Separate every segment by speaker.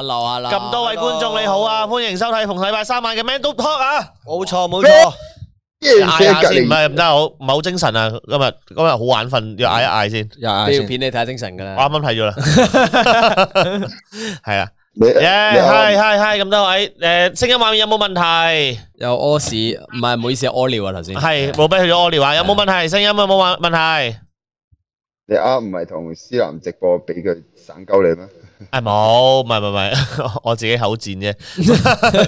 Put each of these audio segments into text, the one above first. Speaker 1: Hello，hello，
Speaker 2: 咁多位觀眾你好啊，歡迎收睇逢禮拜三晚嘅 Man Talk 啊！
Speaker 3: 冇錯冇錯，
Speaker 2: 嗌下先，唔係唔得，好唔係好精神啊！今日今日好眼瞓，要嗌一嗌先。
Speaker 3: 又
Speaker 1: 呢
Speaker 3: 嗌
Speaker 1: 條
Speaker 3: 先，
Speaker 1: 片你睇下精神噶
Speaker 2: 我
Speaker 1: 啦。
Speaker 2: 啱啱睇咗啦，係啊，耶！係係係，咁多位誒，聲音畫面有冇問題？
Speaker 1: 又屙屎，唔係唔好意思，屙尿啊頭先。
Speaker 2: 係，冇俾佢咗屙尿啊！有冇問題？聲音有冇問問題？
Speaker 4: 你啱唔係同思南直播俾佢省鳩你咩？
Speaker 2: 係冇，唔係唔係唔係， 我自己口賤啫。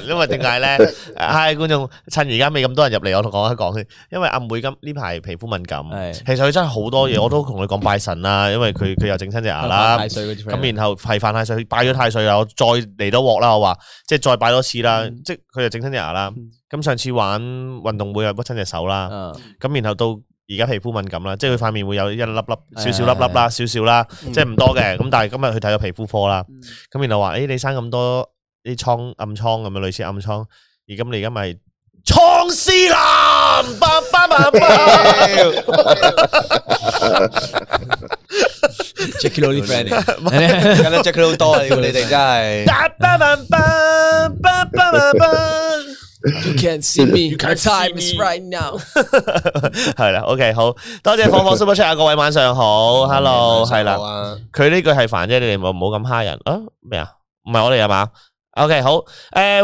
Speaker 2: 因為點解咧？係觀眾，趁而家未咁多人入嚟，我同講一講先。因為阿妹今呢排皮膚敏感，
Speaker 1: 係
Speaker 2: 其實佢真係好多嘢，我都同佢講拜神啦。因為
Speaker 1: 嗯
Speaker 2: 佢佢又整親隻牙啦，
Speaker 1: 太歲嗰啲 friend
Speaker 2: 咁然後係犯太歲，拜咗太歲啦，啊我再嚟多鑊啦，我話即係再拜多次啦，
Speaker 1: 嗯
Speaker 2: 即係佢就整親隻牙啦
Speaker 1: 嗯。
Speaker 2: 咁上次玩運動會又屈親隻手啦，
Speaker 1: 嗯
Speaker 2: 咁然後到而家皮膚敏感啦，即係佢塊面會有一粒粒
Speaker 1: 係嗯
Speaker 2: 少少粒粒啦，少少啦，即係唔多嘅。咁但係今日去睇咗皮膚科啦，咁然後話誒你生咁多啲瘡暗瘡咁樣類似暗瘡，而咁你而家咪瘡絲男，爸爸爸爸。
Speaker 1: Jackie Lou 啲 friend 嚟。
Speaker 3: 今日 Jack 好多啊！你哋真係
Speaker 2: 叭叭叭叭叭叭叭 叭
Speaker 1: You can't see me, your time is right now。
Speaker 2: 系啦，OK，好多谢 火火 Super Chat 啊，各位晚上好，Hello，系 Oh, 啦，
Speaker 3: 啦，
Speaker 2: 佢呢句系烦啫，你哋唔好咁虾人啊，咩啊？唔系我哋系嘛？OK，好，诶，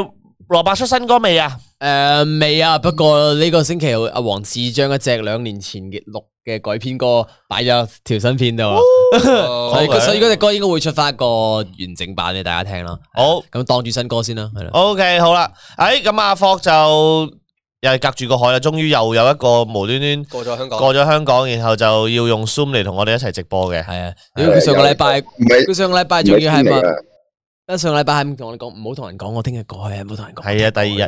Speaker 2: 萝卜出新歌未啊？
Speaker 1: 诶，未啊，不過呢個星期阿黃志將一隻兩年前嘅錄嘅改編歌擺咗條新片度啊， 所以
Speaker 2: 好嘅
Speaker 1: 所以嗰隻歌應該會出翻一個完整版俾大家聽啦。
Speaker 2: 好
Speaker 1: 咁當住新歌先啦，係啦。
Speaker 2: ，OK，好啦，诶，咁阿霍就又系隔住个海啦，终于又有一个无端端
Speaker 3: 過咗香港，
Speaker 2: 过咗香港，然后就要用 Zoom 嚟同我哋一齐直播嘅，
Speaker 1: 係啊，因為佢上個禮拜，
Speaker 4: 唔係
Speaker 1: 佢上個禮拜
Speaker 4: 唔
Speaker 1: 仲
Speaker 4: 係
Speaker 1: 要係
Speaker 4: 天嚟
Speaker 1: 咪？
Speaker 4: 啊！
Speaker 1: 得上個禮拜係咁同我哋講，唔好同人講，我聽日過去啊，唔好同人講。
Speaker 2: 係啊
Speaker 1: 聽日過去
Speaker 2: 第
Speaker 1: 嘅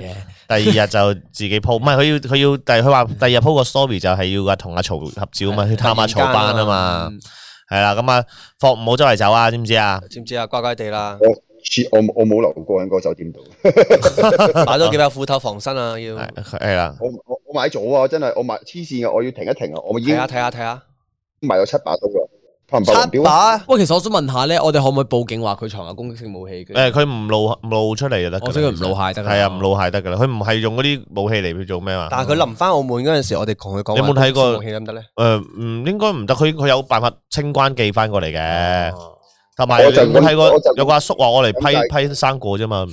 Speaker 2: 第二日就自己 po，唔係佢要佢要第佢話第二日 po 個 story 就係要啊同阿曹合照嘛，去探下曹班啊嘛，
Speaker 1: 嗯
Speaker 2: 係啦，咁啊霍唔好周圍走啊，知唔知啊？
Speaker 3: 知唔知啊？乖乖地 啦，
Speaker 4: 切我我冇留過喺嗰酒店度，
Speaker 3: 買咗幾把斧頭防身啊！要
Speaker 2: 係係啦，
Speaker 4: 我我我買咗啊！真係我買黐線嘅，我要停一停啊！我已
Speaker 3: 睇
Speaker 4: 經
Speaker 3: 下睇下睇下，
Speaker 4: 買咗七把刀啦，拍唔拍黃
Speaker 3: 七
Speaker 4: 標啊？
Speaker 3: 把
Speaker 1: 喂，其實我想問下咧，我哋可唔可以報警話佢藏有攻擊性武器？
Speaker 2: 誒佢唔露唔露出嚟就得㗎啦，
Speaker 1: 我知佢唔露蟹得㗎啦
Speaker 2: 係啊，唔露蟹得㗎啦，佢唔係用嗰啲武器嚟去做咩嘛？
Speaker 3: 但係佢臨翻澳門嗰陣時，我哋同佢講
Speaker 2: 你有冇睇過
Speaker 3: 戲得唔得咧？
Speaker 2: 誒唔應該唔得，佢佢有辦法清關寄翻過嚟嘅，同埋
Speaker 4: 我就
Speaker 2: 有冇睇
Speaker 4: 我
Speaker 2: 過
Speaker 4: 就
Speaker 2: 有個阿叔話我嚟
Speaker 4: 咁
Speaker 2: 批批生果啫嘛，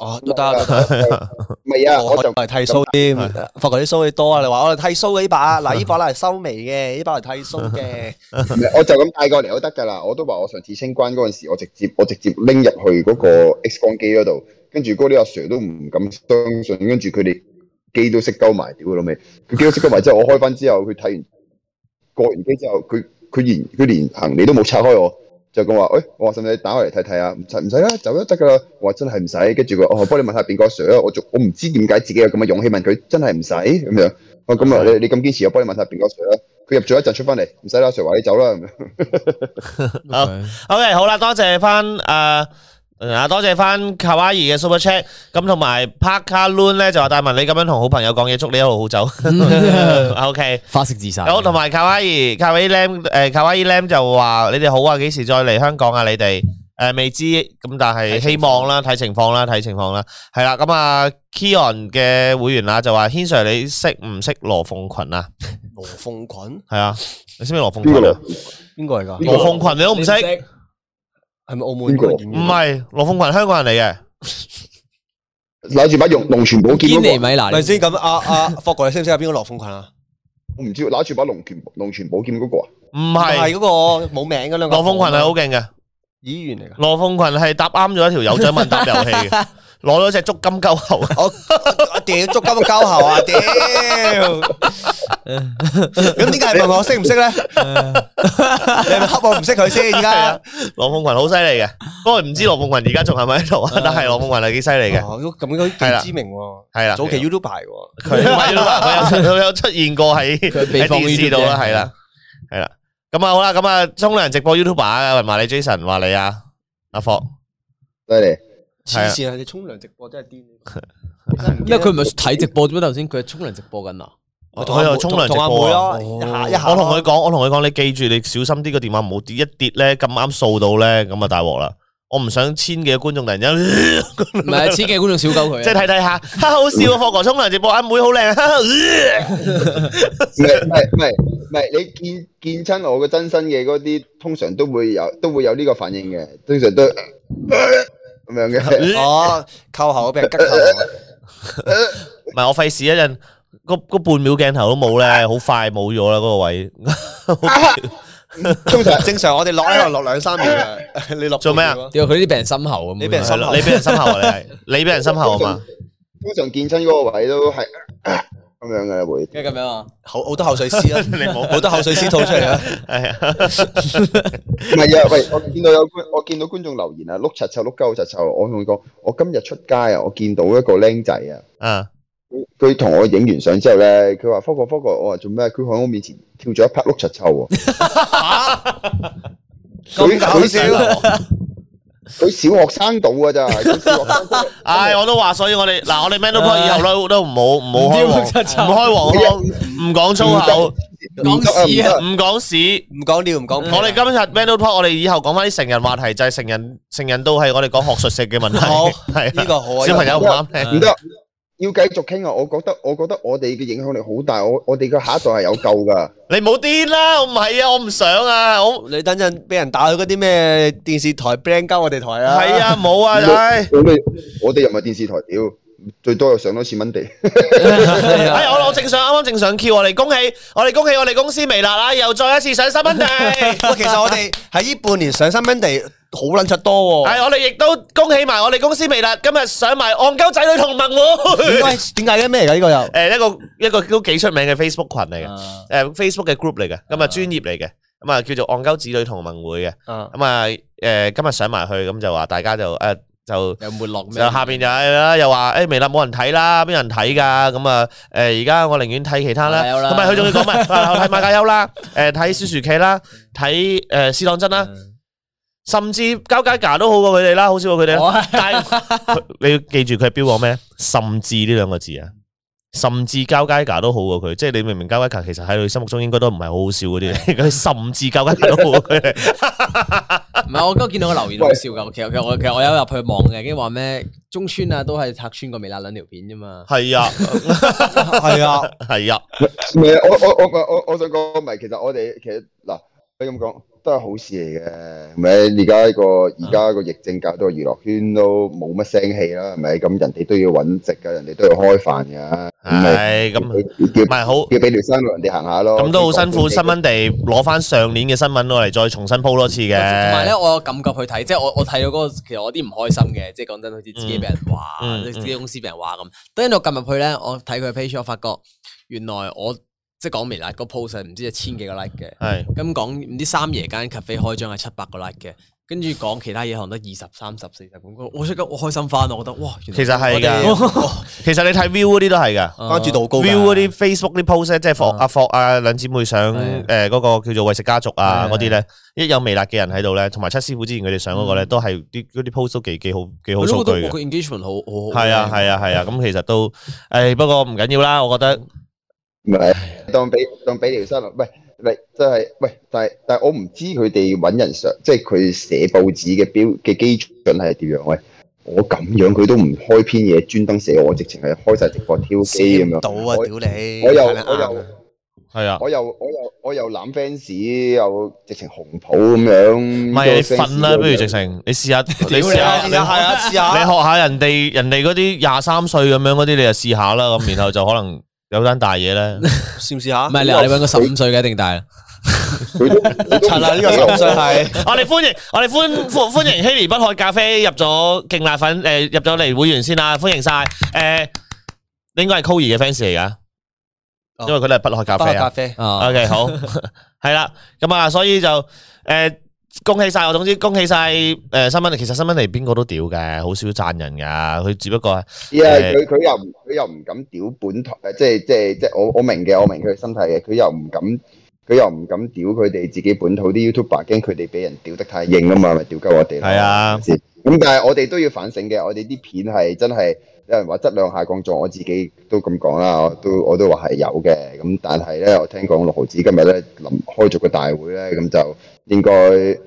Speaker 3: 哦， 都得 都得。
Speaker 4: 唔係啊，
Speaker 3: 我
Speaker 4: 我就
Speaker 3: 嚟剃須添，發覺啲須多啊！你話我哋剃須嘅呢 把，嗱呢把攞嚟收眉嘅，呢把嚟剃須嘅。
Speaker 4: 唔係我就咁帶過嚟都得㗎啦。我都話我上次清關嗰陣時，我直接我直接拎入去嗰個 X 光機嗰度，跟住嗰啲阿 Sir 都唔敢相信，跟住佢哋機都識鳩埋，屌佢老味！佢機都識鳩埋之後，我開翻之後，佢睇完過完機之後，佢佢連佢連行李都冇拆開我。就咁話，誒、我話使唔使打開嚟睇睇啊？唔使唔使啦，走都得㗎啦。我話真係唔使，跟住佢，哦我幫你問下邊個 Sir 啊。我仲我唔知點解自己有咁嘅勇氣問佢，真係唔使咁樣。我咁啊，你你咁堅持，我幫你問下邊個 Sir 啊啦。佢入咗一陣出翻嚟，唔使啦，Sir 話你走啦咁樣。
Speaker 2: 好 OK，好啦，多謝翻誒啊，多謝翻卡哇伊嘅 Super Chat，咁同埋 Parker Loon 咧就話大文你咁樣同好朋友講嘢，祝你一路好走。OK，
Speaker 1: 花式自殺。
Speaker 2: 好，同埋卡哇伊卡哇伊 Lam 誒卡哇伊 Lam 就話你哋好啊，幾時再嚟香港啊？你哋誒未知咁，但係希望啦，睇情況啦，睇情況啦，係啦。咁啊，Kion 嘅會員啦就話軒 Sir 你識唔識羅鳳群啊？
Speaker 3: 羅鳳群
Speaker 2: 係啊，你識唔識羅鳳
Speaker 4: 邊個
Speaker 2: 群啊
Speaker 4: 羅？
Speaker 3: 邊個嚟㗎？
Speaker 2: 羅鳳群你都唔識，
Speaker 3: 係咪澳門
Speaker 4: 邊個
Speaker 3: 嗰個演
Speaker 2: 唔
Speaker 3: 員？
Speaker 2: 係羅鳳群香港人嚟嘅。
Speaker 4: 攞住把用龍泉寶劍
Speaker 1: 堅
Speaker 4: 嗰、
Speaker 1: 尼
Speaker 4: 個，啊
Speaker 1: 米拿
Speaker 3: 咪先咁啊啊！霍哥，你識唔識啊？邊個羅鳳群啊？
Speaker 4: 我唔知攞住把龍泉龍泉寶劍嗰、個啊，
Speaker 2: 唔
Speaker 3: 係
Speaker 2: 係，
Speaker 3: 嗰個冇名嗰兩個。啊
Speaker 2: 羅鳳群係好勁嘅，
Speaker 3: 演員嚟㗎。
Speaker 2: 羅鳳群係答啱咗一條有獎問答遊戲 嘅，攞咗只足金鳩喉。
Speaker 3: 我我啊屌捉鳩個鳩喉啊！ 屌，咁點解問我識唔識咧？你係咪恰我唔識佢先？而家
Speaker 2: 羅鳳群好犀利嘅，不過唔知羅鳳群而家仲係咪喺 度啊？但係羅鳳群係幾犀利嘅，
Speaker 3: 哦咁應該幾知名喎，
Speaker 2: 係啊啦，
Speaker 3: 早期 YouTube 排喎。
Speaker 2: 佢唔係 啦佢有佢有出現過喺
Speaker 1: 佢
Speaker 2: 喺
Speaker 1: 被放
Speaker 2: 電視
Speaker 1: YouTube
Speaker 2: 度啦，
Speaker 1: 嘅
Speaker 2: 係啦，係啦。咁啊好啦，咁啊沖涼直播 YouTuber 啊，埋你 Jason 話你啊，阿霍
Speaker 4: 犀利！
Speaker 2: 係
Speaker 3: 黐
Speaker 2: 啊
Speaker 3: 線啊！你沖涼直播真係癲。真係唔記
Speaker 1: 咩？
Speaker 3: 得
Speaker 1: 佢唔係睇直播啫咩？頭先佢係沖涼直播緊啊！
Speaker 2: 佢又沖涼直
Speaker 3: 同阿
Speaker 2: 播
Speaker 3: 妹
Speaker 2: 啊。
Speaker 3: 咯，一下一下。
Speaker 2: 我同佢講，我同佢講，你記住你小心啲個電話唔好跌，一跌咧咁啱掃到咧，咁啊大鑊啦！我唔想千幾個觀眾突然 間，即
Speaker 1: 唔系千祈观众少鳩佢啊，
Speaker 2: 係睇睇下，哈好笑啊！霍哥沖涼直播，阿妹好靚，哈哈
Speaker 4: 唔係唔係唔係唔係，你見見親我嘅真身嘅嗰啲，通常都會有都會有呢個反應嘅，通常都 咁樣 嘅。
Speaker 3: 哦，扣喉啊俾人吉扣喉，
Speaker 2: 唔係我費事一陣，嗰嗰半秒鏡頭都冇咧，好快冇咗啦嗰個位。
Speaker 4: 通常
Speaker 3: 正常我哋落咧可能落兩三秒啊，你落
Speaker 2: 做咩啊
Speaker 3: 半秒
Speaker 1: 屌佢呢啲病人心喉咁，
Speaker 3: 你俾人
Speaker 2: 係
Speaker 3: 心喉
Speaker 2: 咯，你俾人心喉啊！你 係你俾人心喉啊嘛？
Speaker 4: 通常見親嗰個位都係 咁樣嘅啦，會。
Speaker 1: 跟住咁樣啊，
Speaker 3: 口好多口水絲啦，
Speaker 2: 你冇
Speaker 3: 好多口水絲吐出嚟啦。
Speaker 2: 係啊。
Speaker 4: 唔係啊，喂，我見到有觀，我見到觀眾留言啊，碌柒臭碌鳩柒臭，我同佢講，我今日出街啊，我見到一個僆仔啊，
Speaker 2: 啊，
Speaker 4: 佢同我影完相之後咧，佢話科哥科哥，我話做咩？佢喺我面前跳咗一拍碌柒臭喎，
Speaker 3: 咁搞笑，
Speaker 4: 佢小學生到㗎咋，佢小學生真係
Speaker 2: 唉，我都話，所以我哋嗱，我哋 Man Talk 以後都都唔好唔好開
Speaker 1: 唔知乜柒柒
Speaker 2: 黃，唔開黃腔，唔講 粗口，
Speaker 4: 唔得啊，唔得啊
Speaker 2: 唔講屎。
Speaker 3: 唔講尿唔講屁，
Speaker 2: 我哋今日 Man Talk，我哋以後講翻啲成人話題，就係成人成人都係我哋講學術性嘅問題，
Speaker 3: 好
Speaker 2: 係
Speaker 3: 呢
Speaker 2: 啊
Speaker 3: 個好啊，
Speaker 2: 小朋友唔啱聽。
Speaker 4: 唔得，要繼續傾啊！我覺得，我覺得我哋嘅影響力好大，我我哋嘅下一代係有救噶。
Speaker 2: 你冇癲啦，我唔係啊，我唔想啊，我
Speaker 3: 你等陣俾人打去嗰啲咩電視台 brand 交我哋台啊？
Speaker 2: 係，啊冇啊，唉。
Speaker 4: 我哋我哋又唔係電視台，屌最多又上多次蚊地。
Speaker 3: 係啊
Speaker 2: 哎，我我正想啱啱正想 Q 我哋，恭喜我哋恭喜我哋公司微辣啦，又再一次上新蚊 地。
Speaker 3: 喂，其實我哋喺呢半年上新蚊地好撚出多
Speaker 2: 係啊
Speaker 3: 喎。
Speaker 2: 我哋亦都恭喜埋我哋公司微辣，今日上埋戇鳩仔女同盟
Speaker 3: 喂，
Speaker 2: 會。
Speaker 3: 點解嘅咩嚟㗎？呢 個又
Speaker 2: 誒一個一個都幾出名嘅 Facebook 群嚟嘅，
Speaker 1: 啊
Speaker 2: 誒 Facebook 嘅 group 嚟嘅，咁啊專業嚟嘅，咁啊叫做戇鳩子女同盟會嘅，
Speaker 3: 啊，
Speaker 2: 咁啊誒今日上埋去，咁就話大家就誒就。
Speaker 1: 有沒落
Speaker 2: 就
Speaker 1: 咩？
Speaker 2: 下邊就係啦，又話誒微辣冇人睇啦，邊有人睇㗎？咁啊誒而家我寧願睇其他啦，
Speaker 1: 馬家優啦
Speaker 2: 咁咪佢仲 要講埋嗱睇馬家優啦，誒睇小薯
Speaker 1: 嗯
Speaker 2: 茄啦，睇誒斯朗真啦，甚至交加價都好過佢哋啦，好少過佢哋啦。
Speaker 1: 我
Speaker 2: 但係佢你要記住佢係標榜咩？甚至呢兩個字啊，甚至交街價都好過佢，即係你明明交街價其實喺佢心目中應該都唔係好好笑 嗰啲，佢甚至交街價都好過佢。
Speaker 1: 唔係，我今日見到個留言好笑噶。其實其實我其實我有入去望嘅，跟住話咩中村啊，都係拆穿過微辣兩條片啫嘛。
Speaker 2: 係啊，
Speaker 3: 係啊，
Speaker 2: 係啊，
Speaker 4: 唔係我我我我我我想講，唔係其實我哋其實嗱，你咁講都係好事嚟嘅，係咪？而家個而家個疫症搞到娛樂圈都冇乜聲氣啦，係咪？咁人哋都要揾食㗎，啊人哋都要開飯㗎，咁咪
Speaker 2: 唉，咁唔
Speaker 4: 叫
Speaker 2: 係好。
Speaker 4: 叫俾條生路人哋行下咯。
Speaker 2: 咁都好辛苦，新聞地攞翻上年嘅新聞攞嚟再重新鋪多次嘅。
Speaker 1: 同埋咧，我有感覺去睇，即係我我睇到嗰個，其實我有啲唔開心嘅，即係講真，好似自己俾人話，
Speaker 2: 嗯嗯
Speaker 1: 自己公司俾人話咁。等陣我撳入去咧，我睇佢嘅 page，我發覺原來我即係講微辣個 post 係唔知一千幾個 like 嘅，
Speaker 2: 係
Speaker 1: 咁講唔知三爺間 cafe 開張係七百個 like 嘅，跟住講其他嘢可能得二十、三十、四十咁。我即刻我開心翻，我覺得哇，原來
Speaker 2: 其實係
Speaker 1: 我哋
Speaker 2: 㗎，其實你睇 view 嗰啲都係㗎。
Speaker 1: 啊
Speaker 3: 關注度好高㗎
Speaker 2: view 嗰啲 Facebook 啲 post 咧，即係霍
Speaker 1: 啊
Speaker 2: 阿霍啊兩姊妹上
Speaker 1: 係
Speaker 2: 誒嗰個叫做為食家族啊
Speaker 1: 係
Speaker 2: 嗰啲咧，一有微辣嘅人喺度咧，同埋七師傅之前佢哋上嗰個咧，都係啲嗰啲 post 都幾幾好幾好
Speaker 1: 我
Speaker 2: 數
Speaker 1: 都
Speaker 2: 據
Speaker 1: 覺得
Speaker 2: 嘅
Speaker 1: 我。個 engagement 好好好。
Speaker 2: 係啊係啊係啊，咁其實都誒不過唔緊要啦，我覺得
Speaker 4: 唔係當俾當俾條新聞，喂，你真係喂，但係但係我唔知佢哋揾人上，即係佢寫報紙嘅標嘅基準係點樣喂？我咁樣佢都唔開篇嘢，專登寫我，直情係開晒直播挑機咁
Speaker 3: 到
Speaker 4: 樣。
Speaker 3: 啊！
Speaker 4: 我
Speaker 3: 屌你，
Speaker 4: 我又
Speaker 3: 係咪啱啊
Speaker 4: 我又
Speaker 2: 係啊，
Speaker 4: 我又我又我又攬 fans，又直情紅袍咁樣。
Speaker 2: 唔
Speaker 4: 唔
Speaker 2: 係你瞓啦，不如直情你試下你試
Speaker 3: 係
Speaker 2: 下
Speaker 3: 啊，
Speaker 2: 你
Speaker 3: 係啊， 試
Speaker 2: 你
Speaker 3: 下。
Speaker 2: 學下人哋人哋嗰啲廿三歲咁樣嗰啲，你就試下啦，咁然後就可能有單大嘢咧。
Speaker 3: 試唔試下？
Speaker 1: 唔係你話你揾個十五歲嘅一定大啦，
Speaker 4: 佢都佢都唔
Speaker 3: 柒啦！呢個十五歲係
Speaker 2: 我哋歡迎，我哋歡歡歡迎希尼不喝咖啡入咗勁辣粉，誒入咗嚟會員先啦，歡迎晒。誒，你應該係 Koey 嘅 fans 嚟㗎，因為佢哋係不喝咖
Speaker 3: 包
Speaker 2: 啡
Speaker 3: 咖
Speaker 2: 啊。
Speaker 3: 啡。
Speaker 1: 啊，
Speaker 2: OK，好，係啦，咁啊，所以就誒。恭喜晒！我總之恭喜晒誒新聞，其實新聞嚟邊個都屌嘅，好少讚人㗎。佢只不過係
Speaker 4: 係啊，
Speaker 2: 呃
Speaker 4: 佢佢又唔佢又唔敢屌本台，誒即係即係即係我我明嘅，我明佢嘅心態嘅，佢又唔敢佢又唔敢屌佢哋自己本土啲 YouTuber，驚佢哋俾人屌得太硬啊嘛，咪屌鳩我哋咯
Speaker 2: 係啊
Speaker 4: 係咪先咁但係我哋都要反省嘅，我哋啲片係真係有人話質量下降咗，我自己都咁講啦，我都我都話係有嘅。咁但係咧，我聽講六毫子今日咧臨開咗個大會咧，咁就應該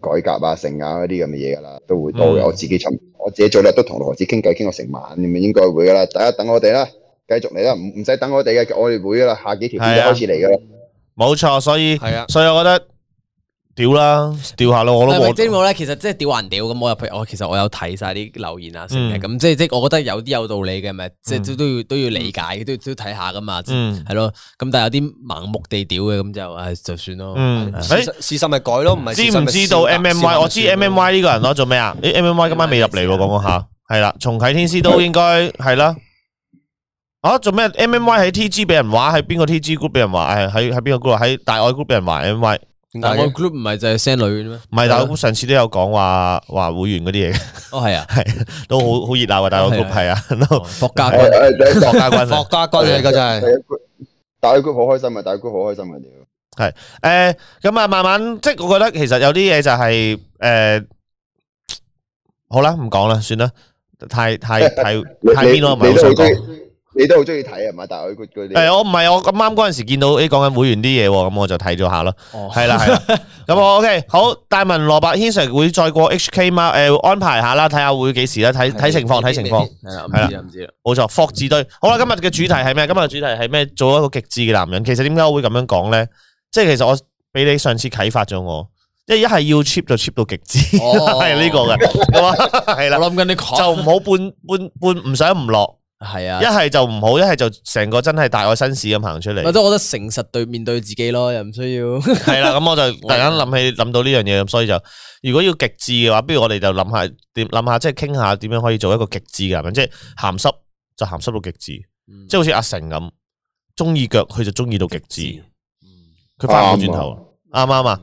Speaker 4: 改革啊、成啊嗰啲咁嘅嘢噶啦，都會多嘅。
Speaker 2: 嗯
Speaker 4: 我自己尋，我自己早日都同羅子傾偈，傾過成晚咁樣，應該會噶啦。大家等我哋啦，繼續嚟啦，唔唔使等我哋嘅，我哋會噶啦，下幾條片就
Speaker 2: 係啊
Speaker 4: 開始嚟噶啦。
Speaker 2: 冇錯，所以
Speaker 3: 係啊
Speaker 2: 所以我覺得屌啦，屌下咯，我都
Speaker 1: 但係
Speaker 2: 冇
Speaker 1: 咪即係我咧，其實即係屌還屌咁，我又譬如我哦其實我有睇晒啲留言啊，成嘅
Speaker 2: 嗯
Speaker 1: 咁即係即係我覺得有啲有道理嘅，咪即係
Speaker 2: 嗯
Speaker 1: 都都要都要理解，都要都要睇下噶嘛，係
Speaker 2: 嗯
Speaker 1: 咯。咁但係有啲盲目地屌嘅，咁就唉就算咯。
Speaker 2: 嗯，
Speaker 1: 哦係
Speaker 2: 誒
Speaker 3: 事實事實咪改咯，唔係
Speaker 2: 知
Speaker 3: 事實
Speaker 2: 唔
Speaker 3: 咪
Speaker 2: 知道
Speaker 3: 笑白
Speaker 2: M M Y？我知 M M Y 呢個人咯，做咩啊？咦，M M Y 今晚未入嚟喎，講講下係啦，重啟天師都應該係啦。啊，做咩？M M Y 喺 T G 俾人話，喺邊個 T G group 俾人話？誒，喺喺邊個 group 啊？喺大愛 group 俾人話 M M Y，
Speaker 1: 但係我 group 唔係就係 send 女嘅咩？
Speaker 2: 唔係大愛 group 上次都有講話話會員嗰啲嘢，
Speaker 1: 哦係 啊，
Speaker 2: 都好好熱鬧嘅大愛 group 係啊，都
Speaker 1: 霍家
Speaker 4: 係
Speaker 1: 軍
Speaker 4: 係係
Speaker 2: 霍家軍啊
Speaker 3: 霍家軍嚟噶真
Speaker 4: 大
Speaker 3: 係，
Speaker 4: 家 group- 大家 group 好開心啊！大家 group 好開心啊！屌，
Speaker 2: 诶，咁啊、慢慢即系我覺得其實有啲嘢就係诶，好啦，唔講啦，算啦， 太太太
Speaker 4: 你
Speaker 2: 太邊咯，唔係
Speaker 4: 你
Speaker 2: 好
Speaker 4: 你都
Speaker 2: 想
Speaker 4: 好中
Speaker 2: 講。
Speaker 4: 意，你都好中意睇係嘛？大家 group 嗰
Speaker 2: 诶、
Speaker 4: 啲，
Speaker 2: 我唔係我咁啱嗰阵时见到诶講緊會員啲嘢，喎，咁我就睇咗下咯。
Speaker 1: 哦
Speaker 2: 係啦係 啦，咁我 OK 好。大文羅伯軒 Sir 會再過 HK 嘛？诶、安排下啦，睇下會幾時啦，睇睇情況睇情況。
Speaker 1: 係啦，唔
Speaker 2: 係
Speaker 1: 知啦唔知啦。
Speaker 2: 冇錯，霍字堆。好啦，今日嘅主題係咩？今日啊嘅主題係咩？做一個極致嘅男人。其實點解我會咁樣講咧？即係其實我俾你上次啟發咗我，即係一係要 cheap 就 cheap 到極致，
Speaker 1: 哦
Speaker 2: 係呢個嘅，係嘛？係啦，
Speaker 1: 我諗緊你講
Speaker 2: 就唔好半半半唔上唔落，
Speaker 1: 係
Speaker 2: 一
Speaker 1: 啊，
Speaker 2: 係就唔好，一係就成個真係大愛紳士咁行出嚟
Speaker 1: 或。者我覺得誠實對面對自己咯，又唔需 要。
Speaker 2: 係啦，咁我 就突然間諗起
Speaker 4: 啊
Speaker 2: 諗到呢樣嘢，咁所以就如果要極致嘅話，不如我哋就諗下點諗下，即係傾下點樣可以做一個極致嘅男人，即係鹹濕就鹹濕到極致。
Speaker 1: 嗯
Speaker 2: 即係好似阿成咁，中意腳佢就中意到極致，佢
Speaker 4: 啱
Speaker 2: 翻唔到
Speaker 4: 啊嗯
Speaker 2: 轉頭，啱唔啱啊？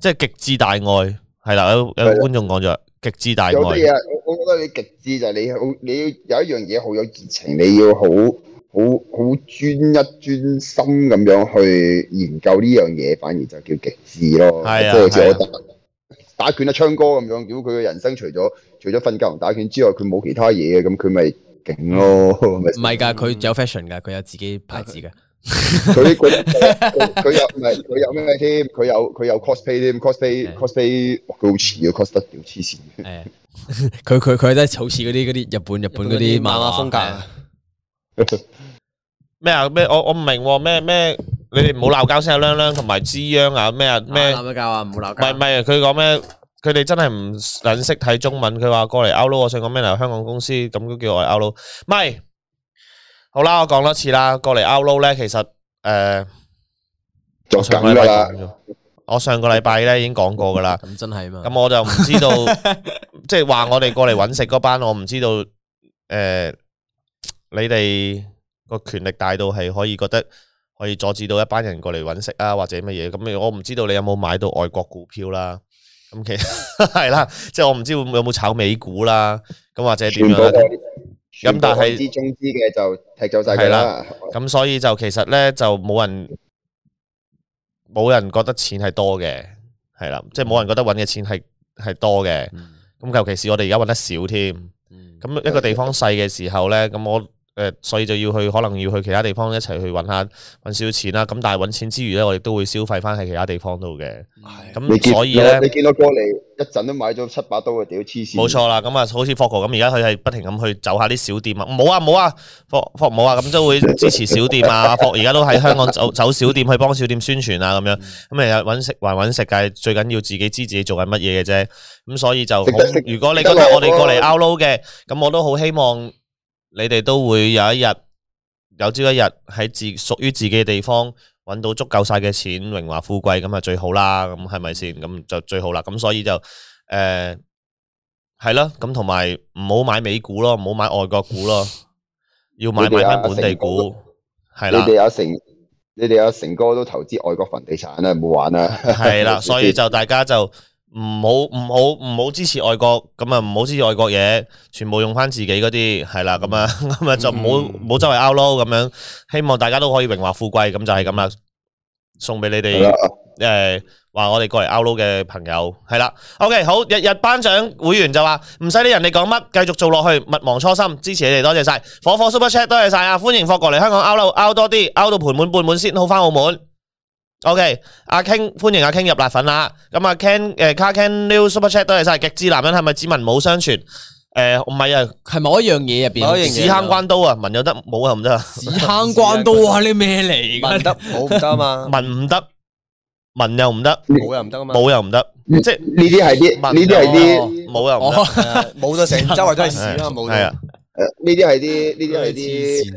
Speaker 2: 即係極致大愛，係啦，有有
Speaker 4: 係啊
Speaker 2: 觀眾講咗極致大愛，
Speaker 4: 有啲嘢
Speaker 2: 係
Speaker 4: 啊，我我覺得你極致就係你好，你要有一樣嘢好有熱情，你要好好好專一專心咁樣去研究呢樣嘢，反而就叫極致咯。
Speaker 2: 係啊
Speaker 4: 即係好似
Speaker 2: 係
Speaker 4: 我
Speaker 2: 啊
Speaker 4: 打打拳啊，昌哥咁樣，屌佢嘅人生除咗除咗瞓覺同打拳之外，佢冇其他嘢嘅，咁佢咪勁咯，
Speaker 2: 嗯
Speaker 4: 係咪
Speaker 1: 唔
Speaker 4: 先
Speaker 1: 係㗎，佢有 fashion 㗎，佢有自己牌 子㗎。
Speaker 4: 佢佢佢佢有唔係佢有咩添？佢有佢有 cosplay 添，cosplay
Speaker 1: 係
Speaker 4: cosplay 哇佢好似啊，cos 得屌黐線。
Speaker 1: 诶，佢佢佢都系好似嗰啲嗰啲日本日本嗰啲漫畫
Speaker 3: 風格
Speaker 1: 係啊
Speaker 3: 啊，
Speaker 2: 咩啊？咩我我唔明喎咩咩？你哋唔好鬧交先啊，亮亮同埋知央啊咩啊咩？
Speaker 1: 鬧得交啊，唔好鬧
Speaker 2: 唔係唔
Speaker 1: 交。
Speaker 2: 係，佢講咩？佢哋真係唔撚識睇中文。佢話過嚟 Outlaw，我想講咩嚟？香港公司咁都叫我 Outlaw，唔係。好啦，我講多次啦。過嚟 Outlaw 咧，其實誒。呃
Speaker 4: 作
Speaker 2: 我上個禮
Speaker 4: 緊㗎
Speaker 2: 拜
Speaker 4: 啦
Speaker 2: 講，咗，我上個禮拜咧已經講過噶啦，
Speaker 1: 咁真係嘛？
Speaker 2: 咁我就唔知道，即係話我哋過嚟揾食嗰班，我唔知道诶、你哋個權力大到係可以覺得可以阻止到一班人過嚟揾食啊，或者乜嘢？咁我唔知道你有冇買到外國股票啦。咁其實係啦，即係我唔知會唔會有冇炒美股啦，咁或者點
Speaker 4: 全部
Speaker 2: 樣啦？
Speaker 4: 都全部
Speaker 2: 但係
Speaker 4: 外資中資嘅就踢走晒
Speaker 2: 係
Speaker 4: 佢
Speaker 2: 啦
Speaker 4: 啦。
Speaker 2: 咁所以就其實咧就冇人冇人覺得錢係多嘅，係啦，即係冇人覺得揾嘅錢係係多嘅。
Speaker 1: 嗯
Speaker 2: 咁尤其是我哋而家揾得少添，
Speaker 1: 嗯
Speaker 2: 咁一個地方細嘅時候咧，咁我誒、呃所以就要去可能要去其他地方一齊去揾下揾少少錢啦。咁但係揾錢之餘咧，我哋都會消費翻喺其他地方度嘅。
Speaker 3: 係
Speaker 4: 你
Speaker 2: 咁
Speaker 4: 見
Speaker 2: 所以咧
Speaker 4: 你。見到過嚟一陣都買咗七把刀啊！屌黐線，
Speaker 2: 冇，錯啦，咁啊，好似霍哥咁，而家佢係不停咁去走下啲小店啊，冇啊冇啊，霍霍冇啊，咁都會支持小店啊， 霍而家都喺香港走走小店，去幫小店宣傳啊，咁樣咁啊揾食還揾食，但係最緊要自己知自己做緊乜嘢嘅啫，咁所以就好
Speaker 4: 食得食啊
Speaker 2: 如果你覺得我哋過嚟 outload 嘅，咁我都好希望你哋都會有一日有朝一日喺自屬於自己嘅地方。揾到足夠晒嘅錢，榮華富貴咁啊最好啦，咁係咪先？咁就最好啦。咁所以就誒係啦，咁同埋唔好買美股咯，唔好買外國股咯，要買
Speaker 4: 你
Speaker 2: 買
Speaker 4: 哋啊
Speaker 2: 翻本地股，係
Speaker 4: 你
Speaker 2: 啦
Speaker 4: 哋有成，你哋有成哥都投資外國房地產啦，唔好玩啦。
Speaker 2: 係 啦，所以就大家就唔好唔好唔好支持外國，咁啊唔好支持外國嘢，全部用翻自己嗰啲係
Speaker 4: 嗯
Speaker 2: 啦，咁啊 咁啊就唔好唔好周圍 out 咯咁樣，希望大家都可以榮華富貴，咁就係咁啦，送俾你
Speaker 4: 係
Speaker 2: 哋
Speaker 4: 啦。
Speaker 2: 诶，话、我哋過嚟 outload 嘅朋友係啦，OK 好，日日頒獎會員就話唔使理人哋講乜，繼續做落去，勿忘初心，支持你哋，多謝晒，火火 super chat 多謝晒啊，歡迎霍過嚟香港 outload out 多啲，out 到盆滿缽滿先好翻澳門， OK，阿 King 歡迎阿 King 入辣粉啦。咁阿 Ken 誒卡 Ken New Super Chat 多謝晒。極致男人係咪指文武相傳？誒唔係啊，
Speaker 1: 系某一樣嘢入边？
Speaker 3: 某一樣嘢
Speaker 2: 屎坑關刀啊，文又得，武又唔得啊，
Speaker 1: 屎坑關刀啊！你咩嚟㗎？
Speaker 3: 問得，冇唔得啊嘛，
Speaker 2: 文唔得，文又唔得，
Speaker 3: 冇又唔得啊嘛，
Speaker 2: 武又唔得，即係
Speaker 4: 呢啲係啲呢啲係啲
Speaker 2: 武又唔得
Speaker 1: 哦。
Speaker 3: 係啊，冇咗成周圍都係屎啦，冇咗。
Speaker 2: 係啊，
Speaker 4: 誒呢啲係啲呢啲係
Speaker 1: 黐
Speaker 4: 啲
Speaker 1: 線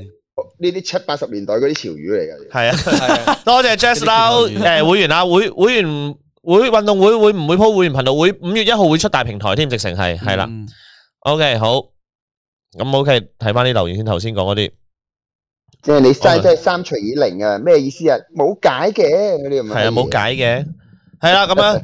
Speaker 4: 呢啲七八十年代嗰啲潮語嚟㗎。
Speaker 2: 係啊。
Speaker 3: 係啊，
Speaker 2: 多謝 Jazz Lau
Speaker 1: 呢啲
Speaker 2: 誒會員啊，會會員會運動會會唔會鋪會員頻道？會五月一號會出大平台添，直情係係啦。
Speaker 1: 嗯
Speaker 2: OK 好，咁 OK 睇翻啲留言先，頭先講嗰啲
Speaker 4: 即係你
Speaker 2: 好
Speaker 4: 嘥
Speaker 2: 啊
Speaker 4: 真係三除以零啊！咩意思啊？冇解嘅嗰啲咁樣
Speaker 2: 係啊冇解嘅，係啦咁樣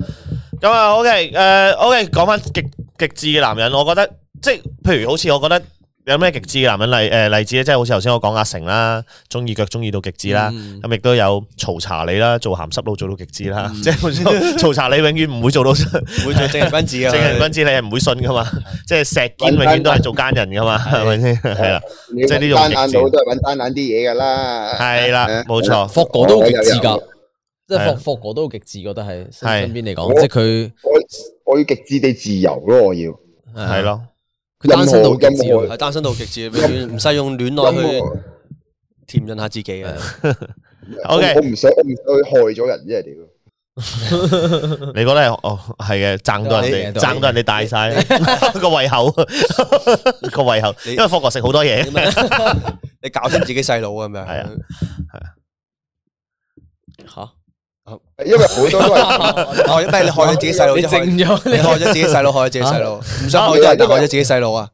Speaker 2: 咁啊 OK 誒 OK 講翻極極致嘅男人，我覺得即係譬如好似我覺得。有咩極致嘅男人例誒例子咧，即係好似頭先我講阿成啦，中意腳中意到極致啦，
Speaker 1: 嗯
Speaker 2: 咁亦都有曹查理啦，做鹹濕佬做到極致啦， 即係好似曹查理永遠唔會做到
Speaker 3: 會做正人君子啊，
Speaker 2: 正人君子你係唔會信噶嘛，即係石堅永遠都係做奸人噶嘛，係咪先？係啦，
Speaker 4: 你
Speaker 2: 即係呢種
Speaker 4: 單眼
Speaker 2: 極致
Speaker 4: 佬都係揾單眼啲嘢㗎啦。
Speaker 2: 係啦，冇錯，
Speaker 1: 霍哥都好極致
Speaker 4: 哦
Speaker 1: 㗎，即
Speaker 2: 係
Speaker 1: 係
Speaker 2: 啊
Speaker 1: 霍霍哥都好極致，覺得係
Speaker 2: 係
Speaker 1: 身邊嚟講，即係佢
Speaker 4: 我我要極致地自由咯，我要。
Speaker 1: À.
Speaker 2: 係，咯，
Speaker 1: 啊佢單身都好極致
Speaker 4: 任何
Speaker 1: 喎。
Speaker 3: 係單身到極致，永遠唔使用戀愛去
Speaker 4: 咁
Speaker 3: 填潤下自己啊。
Speaker 4: 我
Speaker 2: OK
Speaker 4: 我唔想我唔想去害咗人啫，屌！
Speaker 2: 你覺得係哦係嘅，爭到人哋，爭到人哋大晒 個胃口，個胃口，因為霍國食好多 嘢，
Speaker 3: 你搞親自己細佬啊，咁樣。
Speaker 2: 係啊。
Speaker 1: 吓，
Speaker 4: 因為好多都係
Speaker 3: 害-唔係，你害咗自己細佬，
Speaker 1: 你
Speaker 3: 即係害
Speaker 1: 靜
Speaker 3: -
Speaker 1: 咗你
Speaker 3: 你害咗自己細佬，害咗自己細佬。唔想害咗人，但害咗自己細佬啊。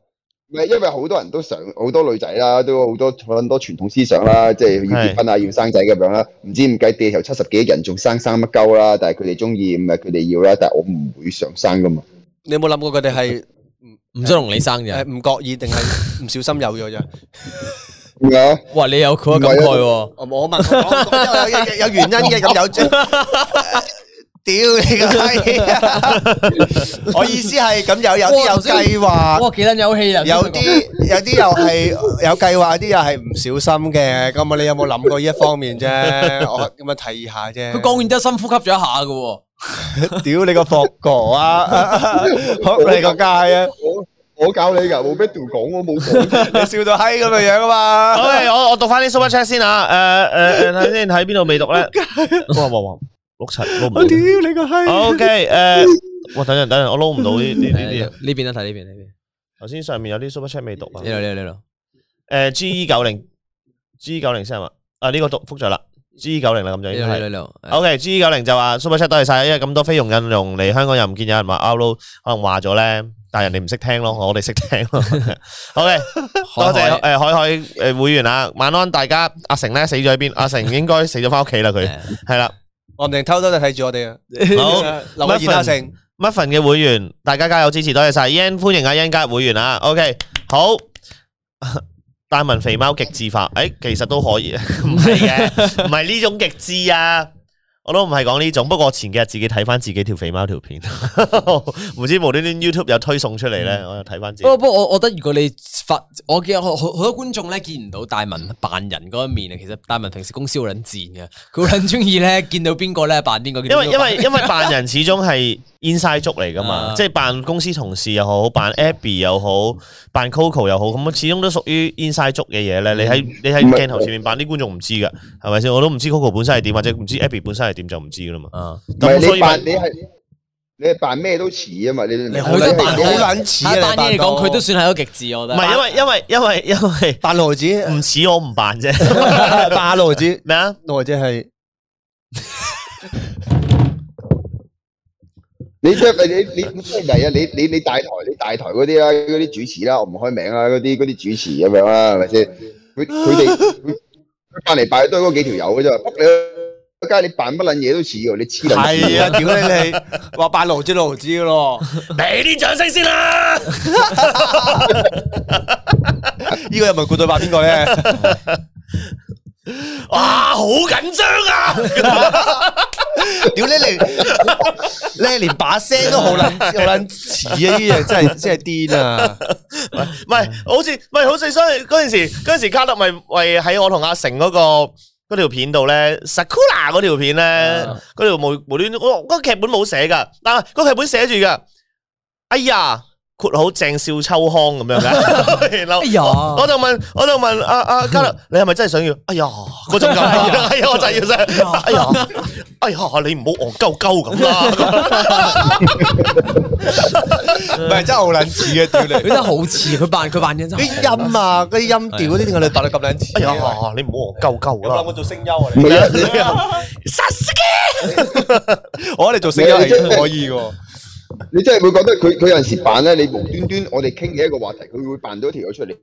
Speaker 4: 唔係因為好多人都想好多女仔啦，都好多好多傳統思想啦，即係要結婚啊，要生仔咁樣啦。唔知點解地球七十幾億人仲生生乜鳩啦，但係佢哋中意，咪佢哋要啦，但係我唔會想生噶嘛。
Speaker 3: 你有冇諗過佢哋係
Speaker 1: 唔想同你生嘅，
Speaker 3: 誒，唔覺意定係唔小心有咗啫？
Speaker 4: 點解？
Speaker 1: 哇！你有佢嘅感
Speaker 4: 啊
Speaker 1: 慨喎，
Speaker 3: 我我問我我我有有有原因嘅，咁有啫。屌你個閪！我意思係咁有有啲有計劃，
Speaker 1: 哇！幾撚有氣啊！
Speaker 3: 有啲有啲又係有計劃，有啲又係唔小心嘅。咁啊，你有冇諗過呢一方面啫？我咁樣提議下啫。
Speaker 1: 佢講完之後深呼吸咗一下嘅喎，
Speaker 3: 屌你個霍哥啊！仆你個街啊！
Speaker 4: 我我教你㗎，冇咩度講，我冇講。
Speaker 3: 你笑到閪咁嘅樣啊嘛！
Speaker 2: OK，我我讀翻啲 super chat Ờ, 先啊，誒誒誒，睇先喺邊度未讀咧？哇哇哇，碌柒碌
Speaker 3: 我屌
Speaker 2: 唔
Speaker 3: 你個
Speaker 2: 到。
Speaker 3: 閪！
Speaker 2: OK，誒，ờ, 哇等陣等陣，我撈唔到呢呢呢啲
Speaker 1: 呢。邊啊啦，睇呢邊呢邊，
Speaker 2: 頭先上面有啲 super chat à. 未讀啊。
Speaker 1: 呢度呢度呢度。
Speaker 2: 诶，G E 九零，G E 九零先係嘛？啊呢個讀覆咗啦，G E 九零啦咁就已經係。O K，G E 九零就話 super chat 多謝晒，因為咁多菲佣印佣嚟香港又唔見有人話 out 咯，可能話咗咧，但係人哋唔識聽咯，我哋識聽咯。O K，多謝诶海海诶会员啊，晚安大家。阿成咧死咗喺邊？阿成應該死咗翻屋 企啦，佢係啦。
Speaker 3: 我唔定偷偷地睇住我哋啊！
Speaker 2: 好
Speaker 3: 留個言啊，成
Speaker 2: Muffin 嘅會員，大家加油支持，多謝晒 Yan，歡迎阿 Yan 加入會員啊。OK，好。 大文肥貓極致化，诶、其實都可以， 唔係嘅，唔係呢種極致啊，我都唔係講呢種。不過我前幾日自己睇翻自己條肥貓條片， 唔知無端端 YouTube 有推送出嚟咧，我又睇翻自
Speaker 1: 不過。
Speaker 2: 己
Speaker 1: 不過我我覺得如果你發，我見好好好多觀眾咧見唔到大文扮人嗰一面啊，其實大文平時公司好撚賤嘅，佢好撚中意咧見到邊個咧扮邊個，見
Speaker 2: 因
Speaker 1: 到邊
Speaker 2: 為
Speaker 1: 個
Speaker 2: 因為因為扮人始終 係 inside 足嚟噶嘛，
Speaker 1: 啊
Speaker 2: 即係扮公司同事又好，扮 Abby 又好，扮 Coco 又好，咁始終都屬於 inside 足嘅嘢咧。你喺你喺
Speaker 4: 嗯唔係
Speaker 2: 鏡頭前面扮啲觀眾唔知噶，係咪先？我都唔知 Coco 本身係點，或者唔知 Abby 本身係點就唔知噶啦嘛。
Speaker 1: 啊，
Speaker 4: 唔係
Speaker 2: 咁所
Speaker 4: 你
Speaker 2: 以咪
Speaker 4: 扮你係你係扮咩都似啊嘛，你你
Speaker 3: 你好
Speaker 1: 我覺
Speaker 3: 撚
Speaker 1: 得
Speaker 4: 係
Speaker 1: 扮
Speaker 3: 好撚似啊！
Speaker 1: 喺單嘢嚟
Speaker 3: 你扮到
Speaker 1: 講，佢都算係一個極致，我覺
Speaker 2: 唔
Speaker 1: 得。
Speaker 2: 係因為因為因為因為
Speaker 3: 扮路子，
Speaker 2: 唔似我唔扮 啫
Speaker 3: 扮路子，
Speaker 2: 咩啊？
Speaker 3: 路子係
Speaker 4: 你即係你你你真係啊！你你你大台你大台嗰啲啦，嗰啲主持啦，我唔開名啦，嗰啲嗰啲主持咁樣啦，係咪先？佢佢哋佢佢扮嚟扮去都係嗰幾條友嘅啫嘛，仆你個街你扮乜撚嘢都似喎，你黐撚線
Speaker 3: 係 啊！屌你你話扮路子路子嘅 咯，
Speaker 2: 俾啲掌聲先 啦！
Speaker 3: 呢個又咪估到扮邊個咧？
Speaker 2: 哇，好緊張啊！
Speaker 3: 屌你你你係連把聲都好撚 好撚似啊！呢樣真係真係癲 啊！
Speaker 2: 唔係，好似唔係好似，所以嗰陣時嗰陣時卡特咪為喺我同阿成嗰個嗰條片度咧，Sakura 嗰條片咧
Speaker 1: 啊，
Speaker 2: 嗰條無無端端，我嗰個劇本冇寫噶，但係嗰個劇本寫住噶，哎呀，括好鄭少秋康咁 樣嘅，然後
Speaker 1: 哎呀
Speaker 2: 我我就問，我就問阿阿嘉樂，你係咪真係想要？哎呀，嗰種 感覺，哎呀，我真係要想，哎呀，哎呀，你唔好戇鳩 鳩咁啦，
Speaker 3: 唔係，真係好撚似嘅，屌你。
Speaker 1: 佢真係好似佢扮佢扮嘢真係
Speaker 3: 啲音啊，嗰啲音調嗰啲，點解你扮到咁撚似？
Speaker 2: 哎呀，你唔好戇鳩鳩啦。
Speaker 4: 唔係啊，
Speaker 3: 我覺得你做聲優係可以喎。
Speaker 4: 你你真係會覺得佢佢有陣時扮咧，你無端端我哋傾嘅一個話題，佢會扮到條友出嚟。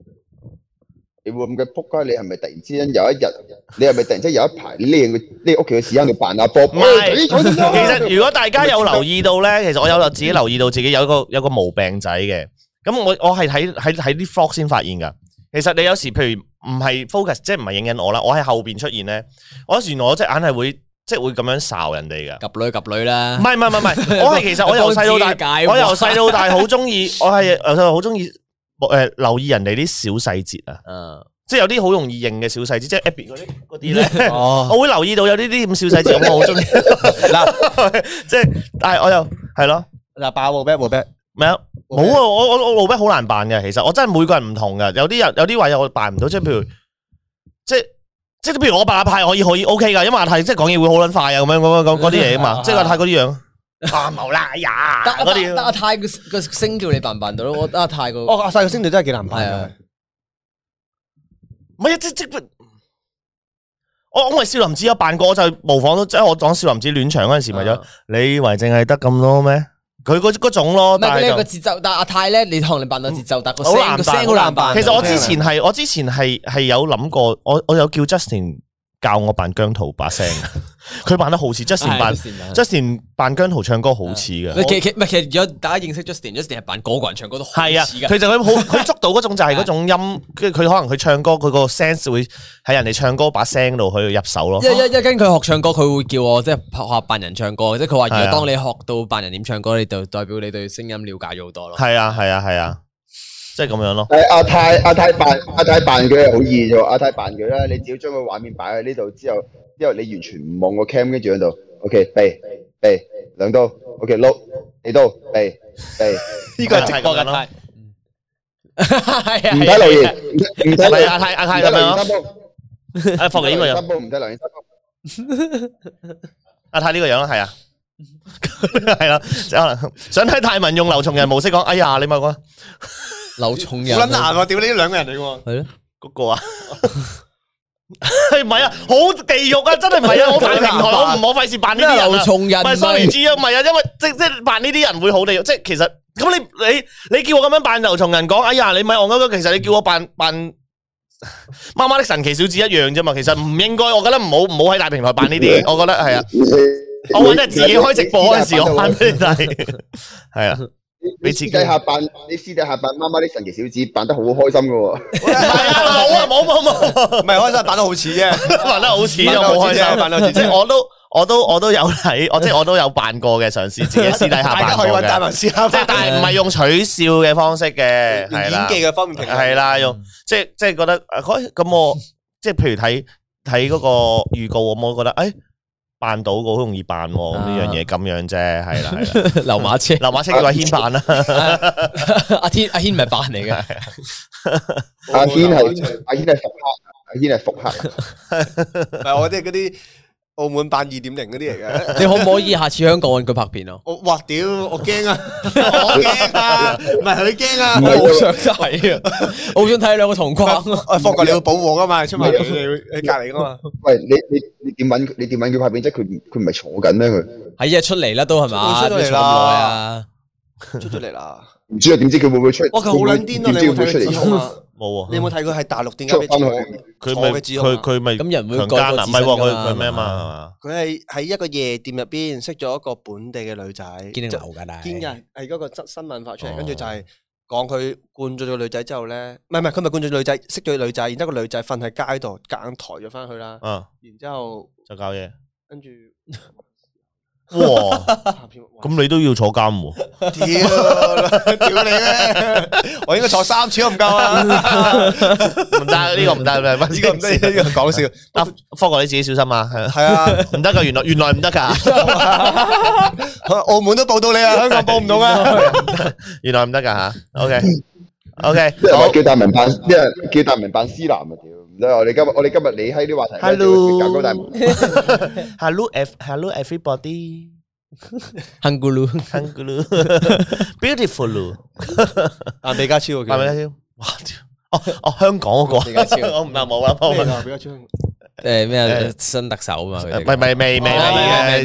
Speaker 4: 你會咁嘅撲街？你係咪突然之間有一日，你係咪突然之間有一排匿喺個匿喺屋企嘅時間度扮阿 Bob？哎
Speaker 2: 唔係 其 實如果大家有留意到咧，其實我有自己留意到自己有一個有一個毛病仔嘅。咁我我係喺喺喺啲 vlog 先發現㗎。其實你有時譬如唔係 focus，即係唔係影緊我啦，我喺後邊出現咧，我原來我隻眼係會即係會咁樣睄人 哋㗎。
Speaker 1: 及女及女啦
Speaker 2: 唔，係唔係唔係，我係 其實我由細到大，
Speaker 1: 幫自己解惑
Speaker 2: 我由細到大好中意，我係由細到大好中意誒留意人哋啲小細節啊，
Speaker 1: 嗯，
Speaker 2: 即係有啲好容易認嘅小細節，即係 Abby 嗰啲嗰啲咧。
Speaker 3: 哦。
Speaker 2: 我會留意到有呢啲咁小細節，咁我好中意。嗱， 即係，但係我又係咯，咩啊？冇啊！我我我老咩好難扮嘅，其實我真係每個人唔同嘅，有啲人有啲位我扮唔到，即係譬如，即係即係譬如我扮阿派可以可以 OK 噶，因為阿泰即係講嘢會好撚快啊，咁樣咁樣咁嗰啲嘢啊嘛，即係阿泰嗰啲樣。 啊冇啦，哎呀
Speaker 1: 得
Speaker 2: 嗰
Speaker 1: 得得
Speaker 2: 啲，
Speaker 1: 阿泰個個聲叫你扮唔扮到咯？我得阿泰個
Speaker 3: 哦，阿細個聲調真係幾難扮㗎。
Speaker 1: 係啊。
Speaker 2: 唔係啊，即即我我為少林寺有扮過，我就模仿到，即係我講少林寺亂場嗰陣時，咪咗你以為淨係得咁多咩？佢嗰嗰種咯，
Speaker 1: 唔
Speaker 2: 但
Speaker 1: 係
Speaker 2: 係
Speaker 1: 咧
Speaker 2: 就
Speaker 1: 個。節奏，但係阿泰咧，你可能你扮到節奏，但係個
Speaker 2: 好
Speaker 1: 聲
Speaker 2: 難
Speaker 1: 個
Speaker 2: 扮，
Speaker 1: 聲好難扮。
Speaker 2: 其實我之
Speaker 3: 真
Speaker 2: 前係啊我之前係係有諗過，我我有叫 Justin 教我扮姜濤把聲，佢扮得好似 Justin 扮 Justin 扮姜濤唱歌好似
Speaker 1: 你
Speaker 2: 嘅。
Speaker 1: 其其唔係其實如果大家認識 Justin，Justin 係扮個個人唱歌都好
Speaker 2: 係啊，
Speaker 1: 似㗎。
Speaker 2: 佢就佢好佢捉到嗰種就係嗰種音，跟住佢可能佢唱歌佢個 sense 會喺人哋唱歌把聲度去入手咯
Speaker 1: 一。一一跟佢學唱歌，佢會叫我即係學下扮人唱歌，即係佢話如
Speaker 2: 係啊
Speaker 1: 果當你學到扮人點唱歌，你就代表你對聲音了解咗好 多咯。
Speaker 2: 係啊係啊係啊，即係咁樣咯。
Speaker 4: 诶，阿泰阿泰扮阿泰扮佢係好易啫喎，阿泰扮佢啦，你只要將個畫面擺喺呢度之後，之後你完全唔望個 cam，跟住喺度，OK，避避兩刀，OK，碌你刀避 避，
Speaker 2: 呢
Speaker 3: 個係直播嘅
Speaker 2: 咯，
Speaker 1: 係啊
Speaker 4: 唔
Speaker 1: 係啊
Speaker 4: 睇留言，唔睇唔睇
Speaker 2: 係
Speaker 4: 留
Speaker 2: 咪
Speaker 4: 言
Speaker 2: 阿泰阿
Speaker 4: 唔
Speaker 2: 泰
Speaker 4: 睇
Speaker 2: 咁
Speaker 4: 留
Speaker 2: 樣咯
Speaker 4: 言三。波，
Speaker 2: 啊霍奇呢
Speaker 4: 唔睇留
Speaker 2: 個
Speaker 4: 言
Speaker 2: 樣，
Speaker 4: 三波，唔睇留言三波，
Speaker 2: 阿泰呢個樣啦，係啊。係啦，即係可能想睇泰文用劉松仁模式講，哎呀，你咪講。
Speaker 1: 劉重人
Speaker 2: 啊
Speaker 3: 好撚難喎，屌你，呢兩個人嚟喎。
Speaker 1: 係咯，
Speaker 2: 嗰個啊？係唔係啊？好地獄啊！真係唔係啊！我扮平台，我唔我費事扮呢
Speaker 1: 咩
Speaker 2: 啲人
Speaker 1: 劉
Speaker 2: 啊！
Speaker 1: 重人
Speaker 2: 唔係
Speaker 1: 咪
Speaker 2: sorry 知啊，唔係啊，因為即即扮呢啲人會好地獄，即係其實咁你你你叫我咁樣扮劉松仁講，哎呀你咪戇鳩鳩，其實你叫我扮扮媽媽的神奇小子一樣啫嘛，其實唔應該，我覺得唔好唔好喺大平台扮呢啲，我覺得係啊，
Speaker 4: 你
Speaker 2: 我覺得自己開直播嗰陣時我扮俾你睇，係啊。
Speaker 4: 你私底下扮你私底下扮媽媽啲神奇小子扮得好開心噶喎。
Speaker 2: 係啊，冇啊，冇冇冇，
Speaker 3: 唔係，開心扮得好似啫。
Speaker 2: 扮得好似又冇開心，即係我都我都我都有睇，我即係我都有扮過嘅，嘗試自己私底下扮過嘅，
Speaker 3: 大家可以揾大文試下扮。
Speaker 2: 即係但係唔係用取笑嘅方式嘅，係啦，
Speaker 3: 演技嘅方面平衡。
Speaker 2: 係啦，用即係即係覺得啊哎咁我即係譬如睇睇嗰個預告，我我覺得誒扮到個好容易扮喎，咁呢樣嘢咁樣啫，係啦係啦，
Speaker 1: 劉馬 車，
Speaker 2: 劉馬車叫阿軒扮啦，
Speaker 1: 阿天阿軒咪扮嚟嘅。
Speaker 4: 阿軒係阿軒係
Speaker 2: 啊
Speaker 4: 復刻，阿軒係復刻。
Speaker 3: 唔係，我啲係嗰啲澳門版2.0嗰啲嚟嘅。我-
Speaker 1: 你可唔可以下次香港揾佢拍片啊？
Speaker 3: 哇，屌，我驚啊。我驚啊。唔係，佢驚啊。
Speaker 4: 唔係，
Speaker 1: 好想睇啊！好想睇兩個同框。
Speaker 3: 喂，放過你會保我㗎嘛，出埋嚟你會喺隔離㗎嘛。
Speaker 4: 喂，你你你點揾你點揾佢拍片啫？佢唔佢唔係坐緊咩？佢
Speaker 1: 係啊，出嚟啦都係嘛？
Speaker 3: 出到
Speaker 1: 坐咁
Speaker 3: 嚟啦
Speaker 1: 耐啊！
Speaker 4: 唔知啊？點知佢會唔會出嚟？
Speaker 3: 哇，佢好撚癲啊，
Speaker 4: 點知
Speaker 3: 你有冇
Speaker 4: 會唔會出
Speaker 3: 睇佢指控啊？
Speaker 4: 嚟？
Speaker 2: 冇喎，
Speaker 3: 你有冇睇佢喺大陸點解俾
Speaker 4: 出返去。
Speaker 3: 坐-
Speaker 2: 佢咪
Speaker 3: 坐嘅指控啊？
Speaker 2: 佢佢咪
Speaker 1: 咁人會
Speaker 2: 強奸
Speaker 1: 改過
Speaker 2: 啊？唔
Speaker 1: 自
Speaker 2: 係
Speaker 1: 身
Speaker 2: 喎，佢
Speaker 1: 㗎嘛
Speaker 2: 佢咩嘛？
Speaker 3: 佢係喺一個夜店入邊識咗一個本地嘅女仔，
Speaker 1: 堅定
Speaker 3: 就
Speaker 1: 流㗎，但係
Speaker 3: 堅嘅係嗰個新新聞發出嚟，
Speaker 1: 哦
Speaker 3: 跟住就係講佢灌醉咗女仔之後咧，唔係唔係，佢咪灌醉女仔，識咗女仔，然之後個女仔瞓喺街 度，夾硬抬咗翻去啦，
Speaker 2: 嗯，
Speaker 3: 然之後
Speaker 2: 就搞嘢。
Speaker 3: 跟住
Speaker 2: 哇！咁你都要坐监喎？
Speaker 3: 屌， 屌你咩？ 我應該坐三次都唔夠啊！
Speaker 2: 唔得，呢個唔得，呢
Speaker 3: 呢個唔得，呢個講笑。
Speaker 2: 阿科哥你自己小心啊！係
Speaker 3: 係啊，
Speaker 2: 唔得噶，原來原來唔得噶，
Speaker 3: 澳門都報到你啊，香港報唔到啊！
Speaker 2: 原來唔得噶吓。OK OK，
Speaker 4: 即系
Speaker 2: 好
Speaker 4: 話叫大文扮，即系叫大文扮思南啊！屌，唔得！我哋今日我哋今日你喺啲話題咧，
Speaker 2: Hello
Speaker 4: 搞高大文。
Speaker 2: ，Hello ev- Hello everybody。
Speaker 1: 亨咕嚕
Speaker 2: Kangaroo beautiful，
Speaker 3: 啊，李家超
Speaker 2: 系咪先？哇！屌哦哦，香港嗰
Speaker 1: 李家超
Speaker 2: 個，我唔係冇啦，冇啦，
Speaker 3: 李家超。
Speaker 1: 诶咩啊
Speaker 2: 誒
Speaker 1: 新特首嘛，佢哋
Speaker 2: 唔係未未未未
Speaker 1: 哦
Speaker 2: 未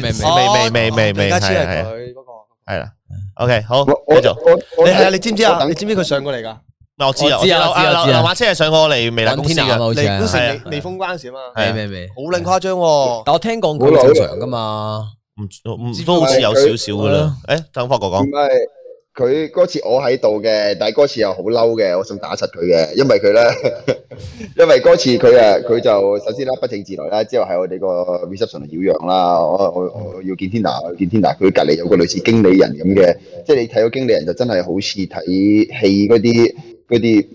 Speaker 1: 未未
Speaker 2: 未未未未
Speaker 3: 李
Speaker 2: 未
Speaker 3: 家超係
Speaker 2: 係係
Speaker 3: 佢嗰個。
Speaker 2: 係啦。OK，好，
Speaker 4: 我我
Speaker 2: 繼續。
Speaker 4: 我我
Speaker 3: 你係啊？你知唔知
Speaker 4: 我
Speaker 3: 啊？
Speaker 4: 等
Speaker 3: 你知唔知佢上過嚟㗎？
Speaker 2: 我知啊，
Speaker 1: 我知啊
Speaker 2: 我
Speaker 1: 我知啊
Speaker 2: 啊
Speaker 1: 我知啊
Speaker 2: 劉馬車係上過嚟微辣公司
Speaker 1: 揾天南啊啊
Speaker 2: 嘅，
Speaker 1: 好似係
Speaker 3: 嚟
Speaker 2: 係啊
Speaker 3: 嗰時未未封關嗰時啊嘛，
Speaker 2: 係
Speaker 1: 未
Speaker 2: 啊
Speaker 1: 未未，
Speaker 3: 好撚誇張喎！
Speaker 1: 但我聽講佢正常噶嘛，
Speaker 2: 唔唔都好似有少少噶啦。誒，等霍哥
Speaker 4: 唔
Speaker 2: 講，
Speaker 4: 系佢嗰次我喺度嘅，但系嗰次又好嬲嘅，我想打柒佢嘅，因為佢咧，因為嗰次佢啊，佢就首先啦不請自來啦，之後係我哋個 reception 擾攘啦，我我我要見 Tina，我要見 Tina，佢隔離有個類似經理人咁嘅，即係你睇到經理人就真係好似睇戲嗰啲嗰啲，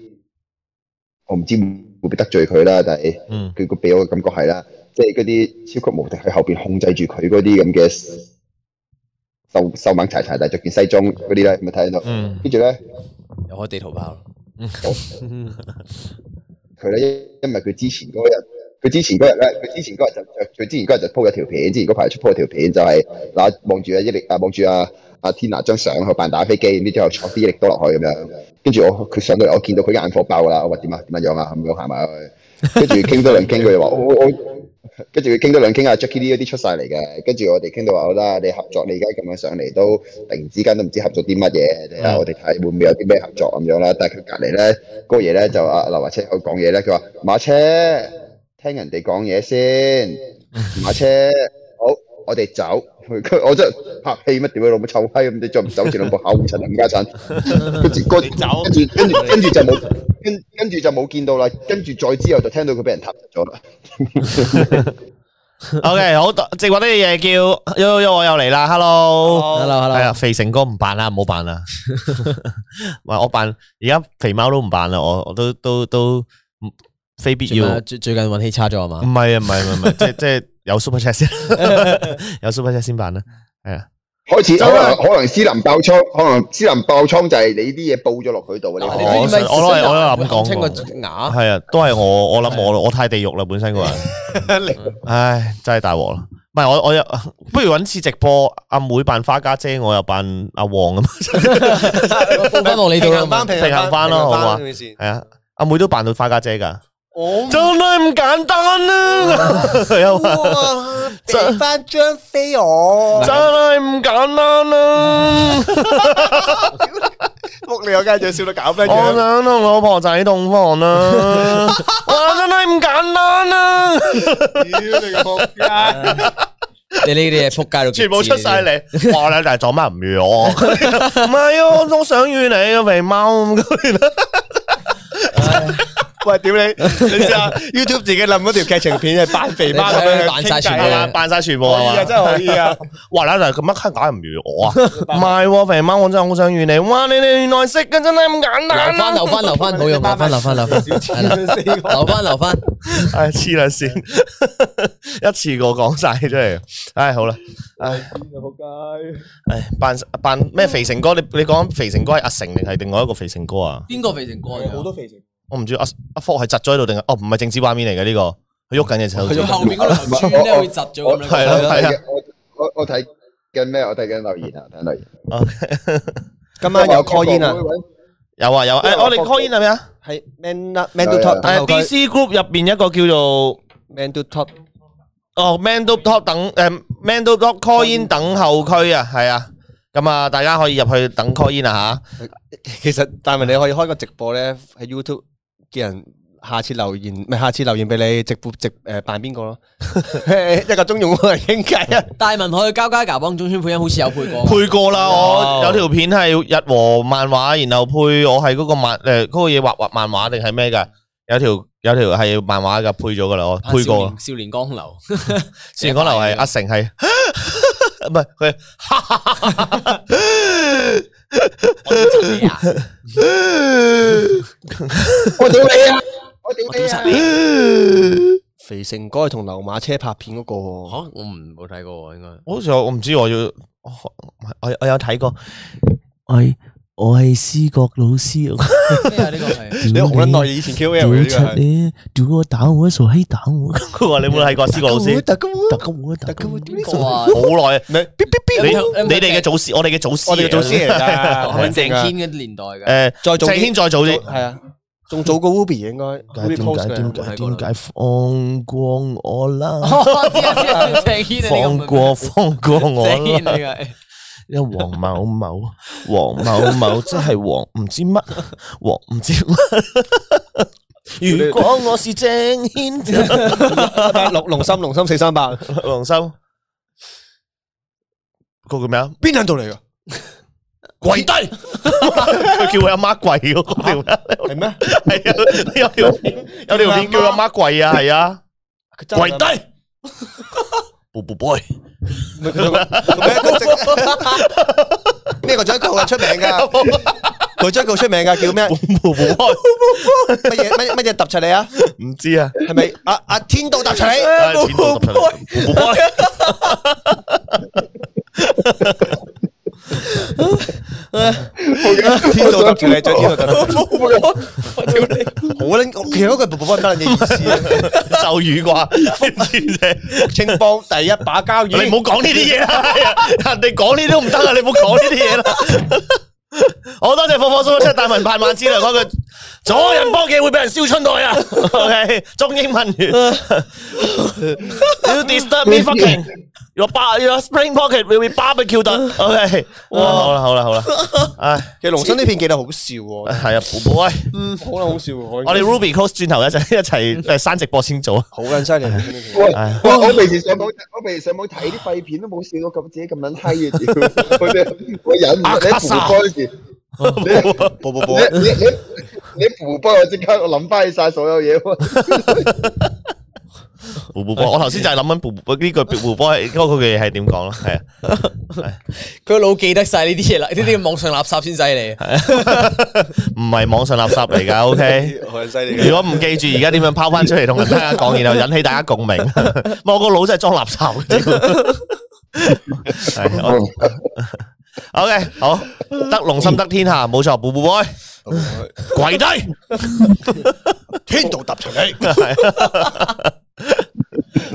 Speaker 4: 我唔知會唔會得罪佢啦，但係。
Speaker 2: 嗯
Speaker 4: 佢個俾我嘅感覺係啦，即係嗰啲超級無敵喺後邊控制住佢嗰啲咁嘅瘦瘦猛柴柴，但係着件西裝嗰啲咧，咪睇到。
Speaker 2: 嗯
Speaker 4: 跟住咧，
Speaker 1: 又開地圖炮，
Speaker 2: 嗯
Speaker 4: 佢咧因為佢之前嗰日，佢之前嗰日咧，佢之前嗰日就佢之前嗰日就 po 咗條片，之前嗰排出 po 咗條片就係嗱望住阿一力啊望住阿阿 Tina 張相去扮打飛機，然之後坐啲一力多落去咁樣。跟住我佢上到嚟，我見到佢眼火爆啦，我話點啊點樣樣啊咁樣行埋去，跟住傾多兩傾，佢就話我我我。跟住佢傾多兩傾啊，Jackie 呢嗰啲出晒嚟嘅，跟住我哋傾到話好啦，你合作你而家咁樣上嚟都突然之間都唔知合作啲乜嘢，
Speaker 2: 嗯
Speaker 4: 睇下我哋睇會唔會有啲咩合作咁樣啦。但係佢隔離咧嗰個嘢咧就阿劉華車佢講嘢咧，佢話馬車聽人哋講嘢 先，馬車好我哋走。佢佢我真係拍戲乜屌你老母臭閪咁，你再唔走前兩步口塵冚家 產，跟住跟
Speaker 2: 你走
Speaker 4: 住跟住跟住就冇跟跟住就冇見到啦，跟住再之後就聽到佢俾人踏入咗啦。
Speaker 2: ，OK，好，直播啲嘢叫悠悠悠我又嚟啦，Hello。
Speaker 1: hello
Speaker 2: 系
Speaker 1: hello，
Speaker 2: 啊，肥成哥唔扮啦，唔好扮 啦。唔係我扮，而家肥貓都唔扮啦，我我都都都唔非必要。唔
Speaker 1: 最最近運氣差咗啊嘛，
Speaker 2: 係啊，唔係唔係唔係，即係即係有 super chat 先，有 super chat 先扮啦。係啊，
Speaker 4: 開始可
Speaker 2: 走啦
Speaker 4: 能可能私林爆倉，可能私林爆倉就係你啲嘢報咗落佢度啊！
Speaker 2: 哦
Speaker 4: 你
Speaker 2: 我
Speaker 1: 你知唔知
Speaker 2: 我都
Speaker 1: 小
Speaker 2: 係
Speaker 1: 心
Speaker 2: 我都係咁
Speaker 1: 人
Speaker 2: 講
Speaker 1: 會
Speaker 2: 過
Speaker 1: 冚親個 牙。
Speaker 2: 係啊，都係啊我我諗我我太地獄啦，本身個人。 唉，真係大鑊啦。唔係我我又不如揾次直播，阿妹扮花家姐，我又扮阿旺 咁。
Speaker 1: 報翻落你度啊
Speaker 3: 平
Speaker 1: 啦
Speaker 3: 衡，翻，平
Speaker 2: 平衡翻咯好嘛
Speaker 3: 呢件事
Speaker 2: 係啊，阿妹都扮到花家姐㗎。
Speaker 3: 我 唔
Speaker 2: 真係唔簡單啊 啦，又話。
Speaker 3: 哇啊俾翻張飛我，
Speaker 2: 真系唔簡單啊 啦！
Speaker 3: 屋你我家姐笑到咁樣
Speaker 2: 我
Speaker 3: 樣，
Speaker 2: 想同老婆仔洞房 啦，哇！真係唔簡單啊啦，
Speaker 3: 屌你個仆街！
Speaker 1: 你呢啲嘢仆街到極致
Speaker 2: 全部出晒。嚟。哇！你但係做乜唔預我？ 唔係啊，我都想預你啊，肥貓咁
Speaker 3: 喂，屌你！你試下 YouTube 自己諗嗰條劇情片係扮肥媽咁樣
Speaker 1: 你扮晒全部
Speaker 3: 傾偈啊
Speaker 1: 係
Speaker 2: 樣，扮晒全部
Speaker 3: 可以
Speaker 2: 係
Speaker 3: 啊，
Speaker 2: 嘛？
Speaker 3: 真係可以啊！
Speaker 2: 哇！你但係咁乜梗係唔預 我啊？唔係喎，肥貓，我真係好想預你。哇！你哋原啊來識嘅真係唔簡單
Speaker 1: 留翻
Speaker 2: 啦。
Speaker 1: 留翻留翻冇用，留翻留翻留 翻，係啦留翻留翻。
Speaker 2: 唉，黐啦線， 一次過講晒出嚟。唉，好啦。哎唉，扮扮咩肥成哥？你你讲肥成哥系阿成定系另外一个肥成哥啊？
Speaker 1: 邊個肥成哥
Speaker 3: 好
Speaker 1: 嚟
Speaker 3: 多
Speaker 1: 㗎？
Speaker 3: 肥成，
Speaker 2: 我唔知阿阿福系窒咗喺度定系哦，唔系政治画面嚟嘅呢哦个，佢喐紧嘅時候
Speaker 1: 佢後面嗰兩串咧會窒咗咁樣。
Speaker 2: 係咯係啊
Speaker 4: 我睇緊我我我睇緊咩？我睇緊留言啊，睇緊留言。
Speaker 3: 今晚有 call in
Speaker 4: 我
Speaker 3: 啊，
Speaker 4: 搵
Speaker 2: 有啊有啊，诶，我哋 call in 系咩啊？
Speaker 3: 係 Man Up- Man to
Speaker 4: 有
Speaker 3: Top
Speaker 2: 诶
Speaker 3: 等候區
Speaker 2: ，DC Group 入边一个叫做
Speaker 3: Man to Top
Speaker 2: 哦 Man Do Top 等诶 Man Do Top call in 等候区啊，系啊，咁啊，大家可以入去等 call in 啊
Speaker 3: 其實大文你可以開個直播咧，喺 YouTube 叫人下次留言，咪下次留言俾你直播直诶扮邊個咯，一個鐘用我嚟傾偈啊！
Speaker 1: 大文可以交加牙幫中村配音，好似有配過
Speaker 2: 吓，。配過啦，我
Speaker 3: 哇
Speaker 2: 有條片係日和漫畫，然後配我係嗰個漫诶嗰個嘢畫畫漫畫定係咩㗎？有條有條係漫畫啊㗎，配咗㗎啦，我配過。
Speaker 1: 少年少年江流，
Speaker 2: 前嗰流係阿成係 唔係佢，
Speaker 1: 我屌柒你啊！
Speaker 4: 我屌你啊！我屌你
Speaker 1: 我屌柒
Speaker 4: 啊！
Speaker 3: 肥城哥係同流馬車拍片嗰個
Speaker 1: 吓，
Speaker 3: 喎，
Speaker 1: 我唔冇睇過喎，應該。
Speaker 2: 好似我我唔知我要，我我我有睇過，我係我係思覺老師，
Speaker 1: 咩啊？呢個係
Speaker 3: 你好撚耐以前 Q L
Speaker 2: 屌
Speaker 3: 嘅呢個
Speaker 2: 柒
Speaker 3: 係
Speaker 2: 你，屌我打我，傻閪打我，佢話你有冇睇過思覺老師？
Speaker 3: 特工會
Speaker 2: 特
Speaker 3: 特
Speaker 2: 工會，特工會
Speaker 3: 特工會
Speaker 1: 邊個啊？
Speaker 2: 好耐啊！
Speaker 3: 唔係嗶嗶
Speaker 2: 你
Speaker 1: 有冇有冇
Speaker 2: 你哋嘅祖師，我哋嘅祖師，
Speaker 3: 我哋嘅祖 師
Speaker 2: 啊
Speaker 3: 嚟㗎，
Speaker 1: 係咪啊鄭軒嘅年代嘅？
Speaker 2: 诶，
Speaker 3: 再早啲
Speaker 2: 郑軒再早啲。
Speaker 3: 係啊，仲早過 Ruby 應該 Ruby
Speaker 2: 點
Speaker 3: Post
Speaker 2: 解點
Speaker 3: 嘅，
Speaker 2: 解點解放過我啦？
Speaker 1: 我知啊知啊，鄭軒啊，呢個
Speaker 2: 放過放過 我
Speaker 1: 鄭軒啊
Speaker 2: 啦！
Speaker 1: 呢個。
Speaker 2: 因為黃某某黃某某即係黃唔知乜黃唔知乜。如果我是鄭軒，
Speaker 3: 龍龍心龍心四三八，
Speaker 2: 黃修嗰個叫咩啊？
Speaker 3: 邊撚度嚟㗎？
Speaker 2: 跪低，佢叫佢阿媽跪嗰個條友
Speaker 3: 係咩？
Speaker 2: 係啊，有條片有條片叫阿媽跪啊，係啊，
Speaker 3: 佢真係
Speaker 2: 跪低。布布 boy，
Speaker 3: 唔係佢佢佢呢個張佢好出名㗎，佢張佢好出名㗎，叫咩？
Speaker 2: 布布 boy，
Speaker 3: 乜嘢乜嘢乜嘢揼出你啊？
Speaker 2: 唔知啊。
Speaker 3: 係咪啊啊天道揼出你？
Speaker 2: 唉錢都揼出嚟布布 boy，
Speaker 3: 天道揼住你，最天道揼住你。我屌你！好撚，其實嗰句步步不得嘅意思啊！
Speaker 2: 咒語啩，唔知啫。
Speaker 3: 青幫第一把交椅，
Speaker 2: 啊你唔好講呢啲嘢啦，係啊人哋講呢啲都唔得啊！你唔好講呢啲嘢啦。 好多謝火火 super 出大文盼萬之良嗰句，左人幫嘅會俾人燒春袋啊！OK，中英文完。You disturb me fucking your bar your spring pocket will be barbecue done。OK，哇，好啦好啦好啦，唉，
Speaker 3: 其實龍生呢片記得好笑喎，
Speaker 2: 係啊，寶寶威，
Speaker 3: 好撚好笑喎！我
Speaker 2: 我哋 Ruby Coast 轉頭一 齊一齊誒刪直播先做啊！
Speaker 3: 好撚犀利龍生呢
Speaker 4: 喂，
Speaker 3: 片，
Speaker 4: 我我平時上網，我平時上網睇啲廢片都冇笑到咁自己咁撚閪嘅，屌！ 我哋我忍唔住你扶波嗰時，你
Speaker 3: 步步步
Speaker 4: 你你你你扶波，我即刻我諗翻起晒所有嘢喎。
Speaker 2: 布布波，我頭先就係諗緊布布呢句布布波係嗰個句係點講咯，係啊，
Speaker 1: 佢老記得晒呢啲嘢啦，呢 啲網上垃圾先犀利。
Speaker 2: 唔係網上垃圾 嚟㗎，OK。
Speaker 3: 好撚犀利
Speaker 2: 如果唔記住而家點樣拋翻出嚟同大家講，然後引起大家共鳴， 唔係我個腦真係裝垃圾嘅 屌。係 我 OK，好，得龍心得天下，冇錯，布布波
Speaker 3: 嘅，
Speaker 2: 跪低，
Speaker 3: 天道揼出你。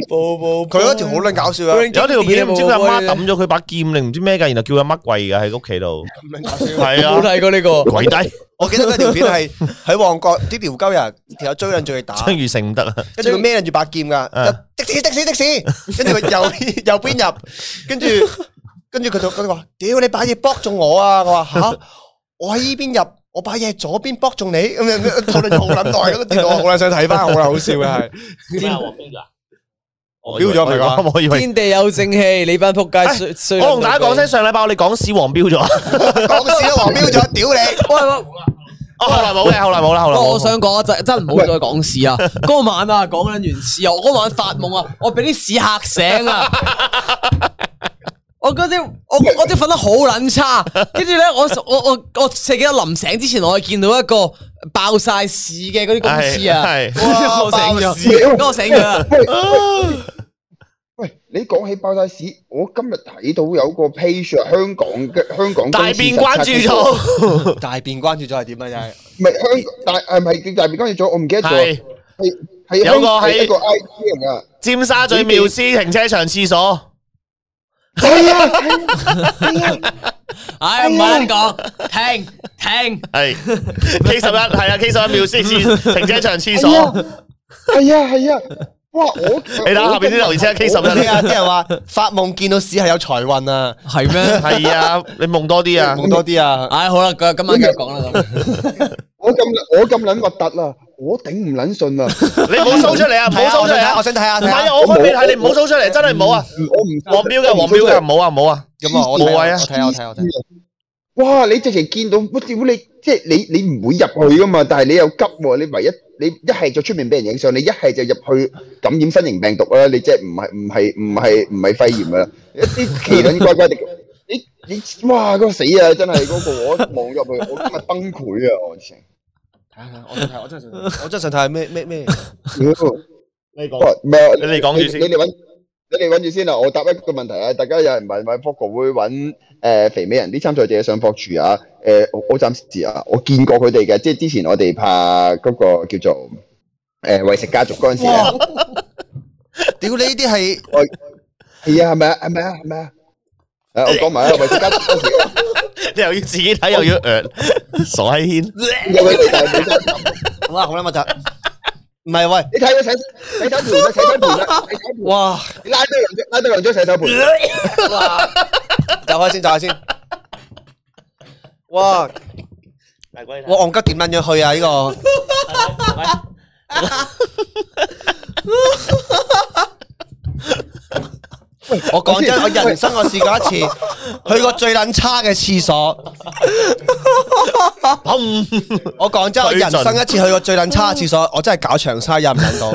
Speaker 1: 步步
Speaker 3: 佢嗰條好撚搞笑啊！
Speaker 2: 有條片唔知佢阿媽抌咗佢把劍定唔知咩㗎，然後叫佢阿媽跪㗎喺屋企度，
Speaker 3: 咁撚搞笑。
Speaker 2: 係
Speaker 1: 冇
Speaker 2: 啊，
Speaker 1: 睇過呢個。
Speaker 2: 跪低，
Speaker 3: 我記得嗰條片 係喺旺角啲撩鳩人，條 友追撚住佢打，
Speaker 2: 張雨成唔得啊，
Speaker 3: 跟住佢孭撚住把劍㗎，
Speaker 2: 嗯
Speaker 3: 的士的士的 士，跟住佢右右邊入，跟住跟住佢就佢就話：屌你把嘢卜中我啊！我話吓，我喺呢邊入，我把嘢左邊卜中你，咁樣討論咗好撚耐，咁電我好撚想睇翻，好撚好笑 嘅係。
Speaker 2: 我以為
Speaker 3: 標咗咪㗎
Speaker 2: 我我以為
Speaker 1: 天地有正氣，你班仆街衰衰
Speaker 2: 哎我同大家講聲，上禮拜我哋講市黃標咗，
Speaker 3: 講屎都黃標咗，屌你！
Speaker 1: 喂喂。
Speaker 2: 哦，後來冇嘅，後來冇啦，後來
Speaker 1: 不過
Speaker 2: 冇。
Speaker 1: 我想講啊真真唔好再講屎 啊！嗰晚啊，講緊完屎啊，我嗰晚發夢啊，我俾啲屎嚇醒 啊！我嗰啲我我啲瞓得好撚差，跟住咧我我我我食記得臨醒之前，我係見到一個爆晒屎嘅嗰啲公司啊，
Speaker 2: 係係
Speaker 1: 我醒
Speaker 3: 爆屎
Speaker 1: 咗，咁我醒咗啦，
Speaker 4: 喂喂，你講起爆晒屎，我今日睇到有個 page 啊香港嘅香港公司
Speaker 2: 大變關注
Speaker 4: 實測
Speaker 2: 咗，
Speaker 3: 大便關注咗係點啊？又係
Speaker 4: 唔係香大係咪叫大變關注咗？我唔記得咗
Speaker 2: 係
Speaker 4: 啦。係係
Speaker 2: 有個
Speaker 4: 香
Speaker 2: 喺
Speaker 4: 係一個 I G 人啊。
Speaker 2: 尖沙咀妙思停車場廁所，
Speaker 4: 係啊係啊
Speaker 1: 唉唔好講，停停，
Speaker 2: 係 K 十一，係啊 K 十一妙思廁停車場廁
Speaker 4: 係啊
Speaker 2: 所。
Speaker 4: 係啊係啊！哇我
Speaker 2: 你睇下下邊啲留言先，K 十
Speaker 3: 我
Speaker 2: 一
Speaker 3: 聽啊！啲人話發夢見到屎係有財運啊，
Speaker 1: 係咩？
Speaker 2: 係啊，你夢多啲 啊，
Speaker 3: 夢多啲啊！
Speaker 1: 唉好啦，今今晚繼續講啦 咁，
Speaker 4: 我咁我咁撚核突啦，我頂唔撚順啦，
Speaker 2: 你唔好 show 出嚟啊，唔好
Speaker 3: 係啊
Speaker 2: show
Speaker 3: 我
Speaker 2: 出嚟
Speaker 3: 想睇，
Speaker 2: 啊
Speaker 3: 我，想睇下。
Speaker 2: 唔
Speaker 3: 睇下嗯
Speaker 2: 係啊，我嗰邊係你唔好 show 出嚟，真係唔好啊，
Speaker 4: 我唔
Speaker 2: 黃標嘅黃標嘅，唔好啊唔好啊，
Speaker 3: 咁啊，我睇
Speaker 2: 冇
Speaker 3: 下
Speaker 2: 位啊
Speaker 3: 我睇下我睇下我睇下。
Speaker 4: 哇！你直情見到，我屌你，即係你你唔會入去噶嘛，但係你又急喎，你唯一你一係就出面俾人影相，你一係就入去感染新型病毒啦，你即係唔係唔係唔係唔係肺炎噶啦，一啲奇撚怪怪地，你你哇！嗰個死啊，真係嗰、個我望入去，我今日崩潰啊！我直情，
Speaker 3: 我想睇，我真係想 睇，我真係想睇咩咩咩？
Speaker 4: 屌
Speaker 2: 你讲
Speaker 4: 哇咩啊？
Speaker 2: 你你講住先
Speaker 4: 你哋揾你哋揾住先啊！我答一個問題啊！大家有人問問 f o g 會揾誒、呃肥美人啲參賽者上 f o g 住啊？誒、我我暫時啊，我見過佢哋嘅，即係之前我哋拍嗰個叫做誒為食家族嗰陣時咧，
Speaker 3: 哇！屌你呢啲係
Speaker 4: 係啊，係咪啊？係咪啊？係咪啊？誒，我講埋啊，為食家族嗰陣時呢。
Speaker 2: 你又要自己睇又要 诶，傻閪軒，
Speaker 4: 有佢哋但係冇得
Speaker 3: 好啦好啦，咪就唔係喂，
Speaker 4: 你睇咗洗洗手盆啦，洗手盆啦，洗手盆，
Speaker 3: 哇！
Speaker 4: 你拉多兩張，拉多兩張洗手盆，
Speaker 3: 走開先，走開先。哇！我戇吉點撚樣去啊？呢個啊 我講真，我人生我試過一次，去過最撚差嘅廁所。 我講真，我人生一次去過最撚差嘅廁所，我真係搞長沙忍唔 忍到。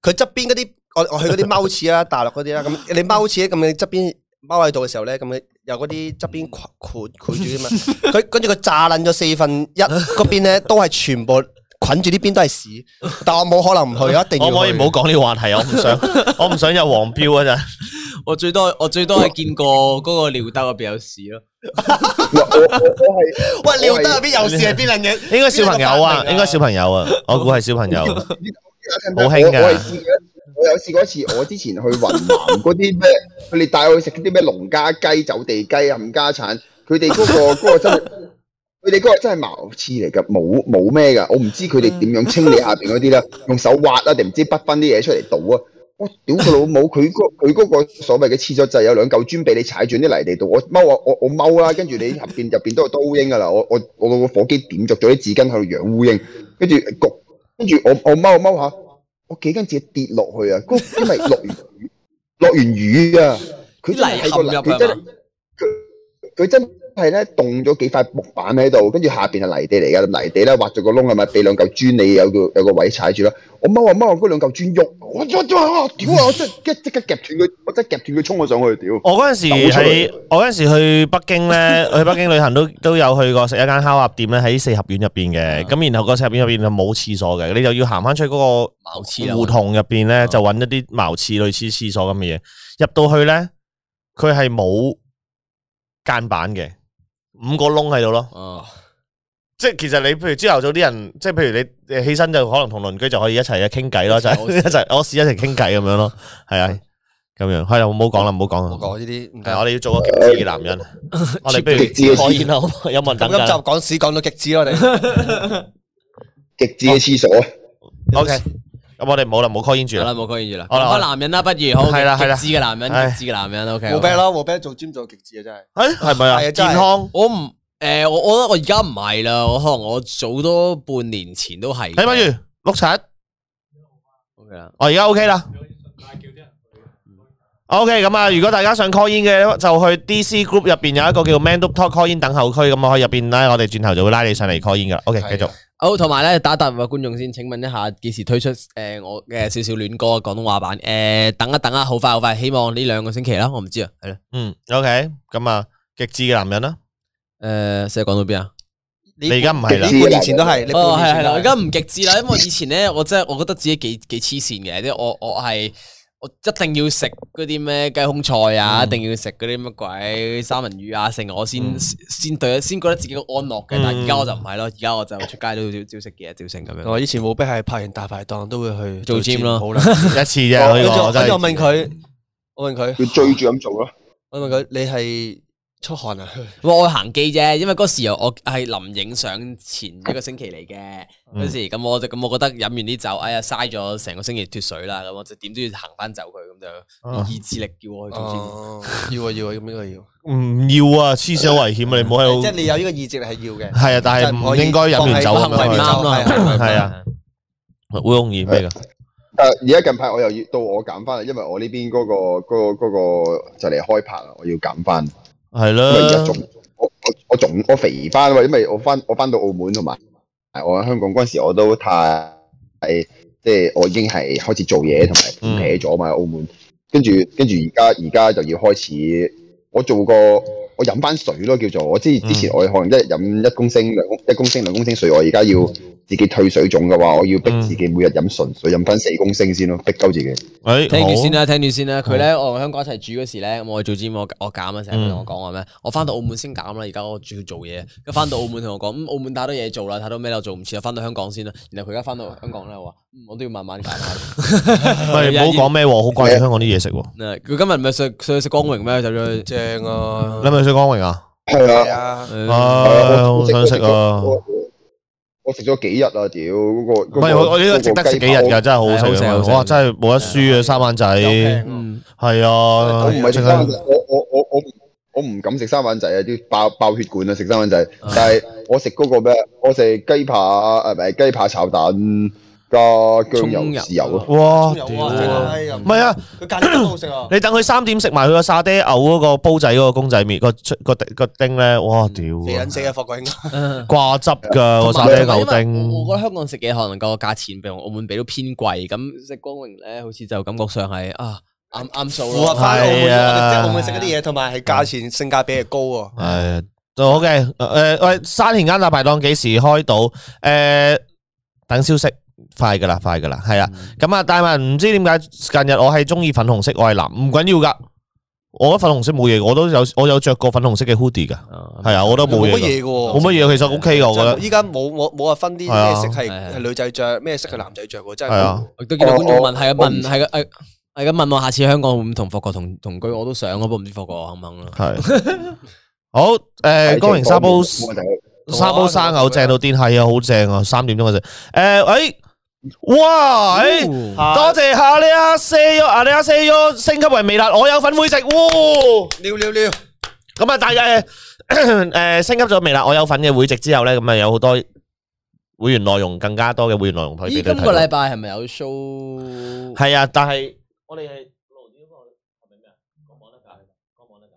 Speaker 3: 佢側邊嗰啲，我我去嗰啲踎廁啦，大陸嗰啲啦，咁你踎廁咁你側邊踎喺度嘅時候咧，咁你有嗰啲側邊攰攰攰住啊嘛，佢跟住佢炸撚咗四分一嗰邊咧，都係全部捆住呢邊都係屎，但我冇可能唔去，我一定
Speaker 2: 可
Speaker 3: 要
Speaker 2: 唔可以唔好
Speaker 3: 去。
Speaker 2: 講呢個話題啊？我唔想， 我唔想有黃標啊！
Speaker 1: 我最多我最多系见过嗰个尿兜入边有屎 咯。
Speaker 4: 我我我我係。
Speaker 3: 喂，尿兜入邊有 屎係邊撚嘢？
Speaker 2: 真，應該小朋友啊，
Speaker 3: 邊個發明
Speaker 2: 應該小朋友啊，我估係小朋友。
Speaker 4: 啊我
Speaker 2: 好興啊㗎
Speaker 4: 我係試過一我有試過一次，我之前去雲南嗰啲咩， 佢哋帶我去食啲咩農家雞、走地雞、冚家產，佢哋嗰 個嗰個真係。佢哋嗰個真係茅廁嚟㗎，冇冇咩㗎，我唔知佢
Speaker 2: 嗯
Speaker 4: 哋點樣清理下邊嗰啲 啦，用手挖啦，定唔知不分啲嘢出嚟倒啊！我屌佢老母，佢嗰佢嗰個所謂嘅廁所就係有兩嚿磚俾你踩住啲泥地度，我踎啊，我我踎啦，跟住你入邊入邊都有多烏蠅㗎啦，我我我個火機點着咗啲紙巾喺度養烏蠅，跟住焗，跟住我我踎踎下，我幾斤自己跌落去啊！嗰因為落完雨落完雨啊，佢真係喺個
Speaker 1: 泥
Speaker 4: 泥
Speaker 1: 冚入
Speaker 4: 佢真係
Speaker 1: 係嘛
Speaker 4: 佢佢真係咧凍咗幾塊木板喺度，跟住下邊係泥地嚟㗎，泥地咧挖咗個窿係咪？俾兩嚿磚你有個有個位踩住啦。我踎啊踎啊，嗰兩嚿磚喐，我我我我屌啊！我真係即刻夾斷佢，我真係夾斷佢衝咗上去，屌！
Speaker 2: 我嗰陣時喺我嗰陣時去北京咧，去北京旅行都都有去過食一間烤鴨店咧，喺四合院入邊嘅。咁然後個四合院入邊就冇廁所嘅，你就要行翻出嗰個
Speaker 1: 茅厕
Speaker 2: 胡
Speaker 1: 啊，
Speaker 2: 同入邊咧，
Speaker 1: 啊
Speaker 2: 就揾一啲茅廁類似廁所咁嘅嘢。入到去咧，佢係冇間板嘅，五個窿喺度 咯。
Speaker 1: 哦，
Speaker 2: 即係其實你譬如朝頭早啲人，即係譬如你誒起身就可能同鄰居就可以一齊傾偈咯，就係 一齊屙屎一齊傾偈咁樣咯，係啊，咁樣係啦，唔好講啦，唔好講啦
Speaker 3: 我。講呢啲唔
Speaker 2: 系，
Speaker 3: 得。
Speaker 2: 我哋要做個極致嘅男人。我哋不如
Speaker 4: 極致嘅
Speaker 2: 可以啦，有冇人
Speaker 3: 咁
Speaker 2: 等
Speaker 3: 今集
Speaker 2: 緊
Speaker 3: 講屎講到極致咯，我哋。
Speaker 4: 極致嘅廁所啊！
Speaker 2: ？O K，咁我哋唔好啦，唔好 call in 住
Speaker 1: 好
Speaker 2: 啦。
Speaker 1: 啦，冇講完住啦。
Speaker 2: 好啦好
Speaker 1: 講
Speaker 2: 啦
Speaker 1: 男人啦，不如好
Speaker 2: 係啦係啦
Speaker 1: 極致嘅男
Speaker 2: 唉
Speaker 1: 人，極致嘅男人，OK。
Speaker 2: 啊
Speaker 3: 冇 b 咯，冇 b 做尖做極致啊，真係。
Speaker 2: 诶，係咪
Speaker 3: 係
Speaker 2: 啊？
Speaker 3: 啊真
Speaker 2: 健
Speaker 3: 係
Speaker 2: 康，
Speaker 1: 我唔诶，我我觉得我而家唔係啦，我可能我早多半年前都係。
Speaker 2: 睇不如碌柒，
Speaker 1: OK 啦，
Speaker 2: 我而家 O K 啦。O K，咁啊，如果大家想 call in 嘅，就去 D C Group 入边有一個叫 Man Talk Call In 等候區，咁啊可以入边咧，我哋轉頭就會拉你上嚟 call in 噶啦。O K，繼續。
Speaker 1: 好，同埋咧打一答嘅觀眾先，請問一下幾時推出诶我嘅少少戀歌廣東話版？诶，等一等啊，好快好快，希望呢兩個星期啦，我唔知啊，係啦。
Speaker 2: 嗯，O K，咁啊，極致嘅男人啦，
Speaker 1: 诶，寫講到邊啊？
Speaker 3: 你
Speaker 2: 你而家唔係啦
Speaker 4: 極。致
Speaker 3: 半年前都係，你半
Speaker 1: 哦，
Speaker 3: 年
Speaker 1: 係
Speaker 3: 前
Speaker 1: 係啦，
Speaker 3: 都係
Speaker 1: 我而家唔極致啦，因為以前咧，我真係我覺得自己幾幾黐線嘅，即係我我係我一定要食嗰啲咩雞胸菜啊，
Speaker 2: 嗯
Speaker 1: 一定要食嗰啲乜鬼三文魚啊，成我先
Speaker 2: 嗯
Speaker 1: 先對先覺得自己好安樂嘅。但係而家我就唔係咯，而家我就出街都照照食嘢，照成咁
Speaker 2: 哦
Speaker 1: 樣。
Speaker 3: 我以前冇逼係拍完大排檔都會去
Speaker 1: 做 gym 咯
Speaker 3: 好啦，
Speaker 2: 一次啫，可以講
Speaker 3: 我
Speaker 2: 我真係。
Speaker 3: 就問佢，我問佢，
Speaker 4: 佢追住咁做咯，
Speaker 3: 我問佢，你係出汗 啊？
Speaker 1: 我我行機啫，因為嗰時候我係臨影相前一個星期嚟嘅
Speaker 2: 嗯
Speaker 1: 嗰時，咁我就咁我覺得飲完啲酒，哎呀嘥咗成個星期脱水啦，咁我就點都要行翻走佢，咁
Speaker 2: 啊
Speaker 1: 就意志力叫我去做 gym。
Speaker 3: 哦，要啊要啊，咁呢個要。
Speaker 2: 唔要啊，黐線好危險啊！你唔好喺度
Speaker 3: 即係。你有呢個意志力係要嘅。
Speaker 2: 係啊，但係
Speaker 3: 真係唔可以
Speaker 2: 唔應該飲完酒
Speaker 1: 我
Speaker 2: 咁
Speaker 1: 行為唔
Speaker 2: 樣
Speaker 1: 啱啦，
Speaker 3: 係
Speaker 2: 係係啊。去，會容易咩㗎？
Speaker 4: 但係而家近排我又要到我減翻啦，因為我呢邊嗰個嗰個嗰個就嚟開拍啦，我要減翻。
Speaker 2: 係呃
Speaker 4: 因為而家仲
Speaker 2: 啦，
Speaker 4: 我我我肿我肥翻啊嘛，因為我翻我翻到澳門同埋我喺香港嗰陣時，我都太係即係我已經係開始做嘢同
Speaker 2: 嗯
Speaker 4: 埋撇咗嘛喺澳門，跟住跟住而家而家就要開始，我做過我飲翻水咯叫做，我
Speaker 2: 嗯
Speaker 4: 之之前我可能一日飲一公升兩公一公升兩公升水，我而家要自己退水腫嘅話，我要逼
Speaker 2: 嗯
Speaker 4: 自己每日飲純水飲翻四公升先咯，逼鳩自己。
Speaker 2: 诶，
Speaker 1: 聽住先
Speaker 2: 啦，
Speaker 1: 啦，聽住先啦。佢咧，我同香港一齊住嗰時咧，咁我做 gym，我我減啊，成日佢同
Speaker 3: 嗯
Speaker 1: 我講話咩？我翻到澳門先減啦，而家我主要做嘢。佢翻到澳門同我講，嗯，澳門太多嘢做啦，太多咩啦，我做唔切啦，翻到香港先啦。然後佢而家翻到香港咧，我話，嗯，我都要慢慢減下。
Speaker 2: 喂，唔好講咩喎，好掛
Speaker 4: 啊
Speaker 2: 住香港啲嘢食喎。
Speaker 1: 嗱啊佢今日唔係上上去食光榮咩？走咗去。
Speaker 3: 正啊
Speaker 1: 嗯
Speaker 2: 你，咪想講榮啊？
Speaker 4: 係
Speaker 3: 係
Speaker 4: 啊，
Speaker 3: 啊，
Speaker 1: 誒
Speaker 2: 啊，
Speaker 4: 我
Speaker 2: 好想食啊！
Speaker 4: 我我食咗幾日啊！屌嗰個
Speaker 2: 唔係我我呢個值得食幾日㗎，真係好好食
Speaker 1: 係
Speaker 2: 啊！
Speaker 1: 好食嗯
Speaker 2: 哇，
Speaker 1: 好食
Speaker 2: 真係冇得輸啊！三灣仔
Speaker 3: 又平喎
Speaker 1: 嗯，
Speaker 2: 係
Speaker 4: 我
Speaker 2: 啊
Speaker 4: 唔，係食
Speaker 2: 正
Speaker 4: 三
Speaker 2: 啊
Speaker 4: 灣仔，我我我我唔我唔敢食三灣仔啊！啲爆爆血管啊！食三灣仔，但係我食嗰個咩？我食雞扒誒咪雞扒炒蛋加
Speaker 1: 葱
Speaker 4: 醬油
Speaker 1: 油
Speaker 4: 豉油咯。
Speaker 2: 哇！
Speaker 3: 有
Speaker 2: 屌
Speaker 3: 啊，真
Speaker 2: 啊！
Speaker 3: 係咁
Speaker 2: 唔係啊，
Speaker 3: 佢咖喱都好食啊，
Speaker 2: 你等佢三點食埋佢個沙爹牛嗰個煲仔嗰個公仔麵個出個個丁咧，哇！屌
Speaker 3: 肥
Speaker 2: 啊
Speaker 3: 撚死啊，霍國英，
Speaker 2: 掛汁㗎
Speaker 1: 嗯
Speaker 2: 個沙爹牛
Speaker 1: 因為我
Speaker 2: 丁。
Speaker 1: 我覺得香港食嘢可能個價錢比同澳門比都偏貴，咁食光榮咧，好似就感覺上係啊啱啱數
Speaker 3: 符
Speaker 1: 咯。
Speaker 3: 合翻澳門，我
Speaker 2: 係啊
Speaker 3: 哋即係澳門食嗰啲嘢，同埋係價錢性價比係高喎。
Speaker 2: 诶，都 OK。诶、喂，沙田间大排档几时开到？诶、等消息，快噶啦，快噶啦，系啦。咁啊，大文唔知点解近日我係中意粉紅色，我係男，唔緊要噶。我覺得粉紅色冇嘢，我都有我有着過粉紅色嘅 hoodie 噶，係啊，我都冇
Speaker 3: 冇
Speaker 2: 嘢㗎，
Speaker 3: 乜嘢嘅喎
Speaker 2: 冇。乜嘢，其實 OK 噶，我覺
Speaker 3: 真係
Speaker 2: 得
Speaker 3: 冇依家冇冇冇話分啲
Speaker 2: 係啊
Speaker 3: 咩色係
Speaker 1: 係啊
Speaker 3: 係女仔着，咩色係男仔着喎，真
Speaker 2: 係啊
Speaker 3: 係。
Speaker 1: 我都見到觀眾問，
Speaker 4: 我
Speaker 1: 係啊
Speaker 4: 我
Speaker 1: 問，係啊係係咁問我下次香港會唔會同霍國同同居，我都想，我不過唔知霍國肯唔肯咯。
Speaker 2: 係。好，诶，江榮沙煲
Speaker 4: 冇問題
Speaker 2: 沙煲生牛正到癲，係啊，好正啊，三點鐘嗰陣。诶，喂，哇，诶。
Speaker 1: 哦
Speaker 3: 啊
Speaker 2: 多謝下呢阿 say 咗，啊呢阿 say 咗升級為微辣，我有份會食，喎。
Speaker 3: 撩撩撩，
Speaker 2: 咁啊，大家诶升級咗微辣，我有份嘅會籍之後咧，咁啊有好多會員內容，更加多嘅會員內容可以
Speaker 1: 咦，
Speaker 2: 俾你
Speaker 1: 今
Speaker 2: 睇
Speaker 1: 個
Speaker 2: 到
Speaker 1: 禮。拜係咪有 show？
Speaker 2: 係啊，但係我哋係六點嗰個係咪咩啊？講網得㗎，講網得㗎。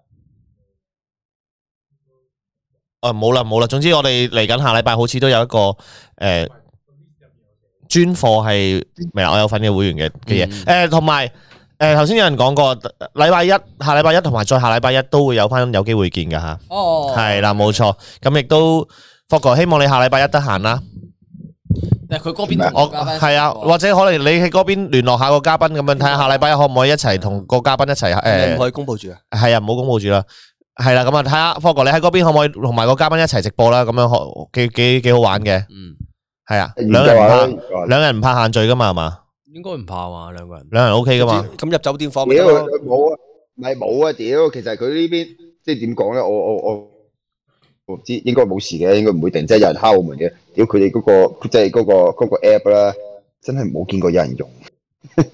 Speaker 2: 哦，冇啦冇啦，總之我哋嚟緊下禮拜好似都有一個诶。專課係未啊來我有份嘅會員嘅嘅嘢，誒同埋誒頭先有人講過，禮拜一、下禮拜一同埋再下禮拜一都會有翻有機會見㗎吓，
Speaker 1: 哦，
Speaker 2: 係啦冇錯，咁亦都霍哥希望你下禮拜一得閒啦，
Speaker 1: 但係佢嗰邊同
Speaker 2: 我
Speaker 1: 嘉賓
Speaker 2: 係啊，或者可能你喺嗰邊聯絡下個嘉賓咁樣，睇下下禮拜一可唔可以一齊同個嘉賓一齊
Speaker 3: 你唔
Speaker 2: 誒，
Speaker 3: 可以公佈住啊。
Speaker 2: 係啊唔好公佈住啦。係啦，咁啊睇下霍哥你喺嗰邊可唔可以同埋個嘉賓一齊直播啦？咁樣可幾幾幾好玩嘅，
Speaker 1: 嗯，
Speaker 2: 係啊，
Speaker 4: 研
Speaker 2: 兩
Speaker 4: 究
Speaker 2: 人唔怕
Speaker 4: 下啦研究下啦
Speaker 2: 兩人唔怕限聚噶嘛，係嘛？
Speaker 1: 應該唔怕嘛，兩個人。
Speaker 2: 兩人 OK 噶嘛？
Speaker 3: 咁入酒店房咪得
Speaker 4: 屌
Speaker 3: 咯。
Speaker 4: 冇啊，唔係冇啊，屌！其實佢呢邊即係點講咧？我我我我唔知，應該冇事嘅，應該唔會突然之間有人敲我門嘅。屌佢哋嗰個即係嗰個嗰個 app 啦，真係冇見過有人用。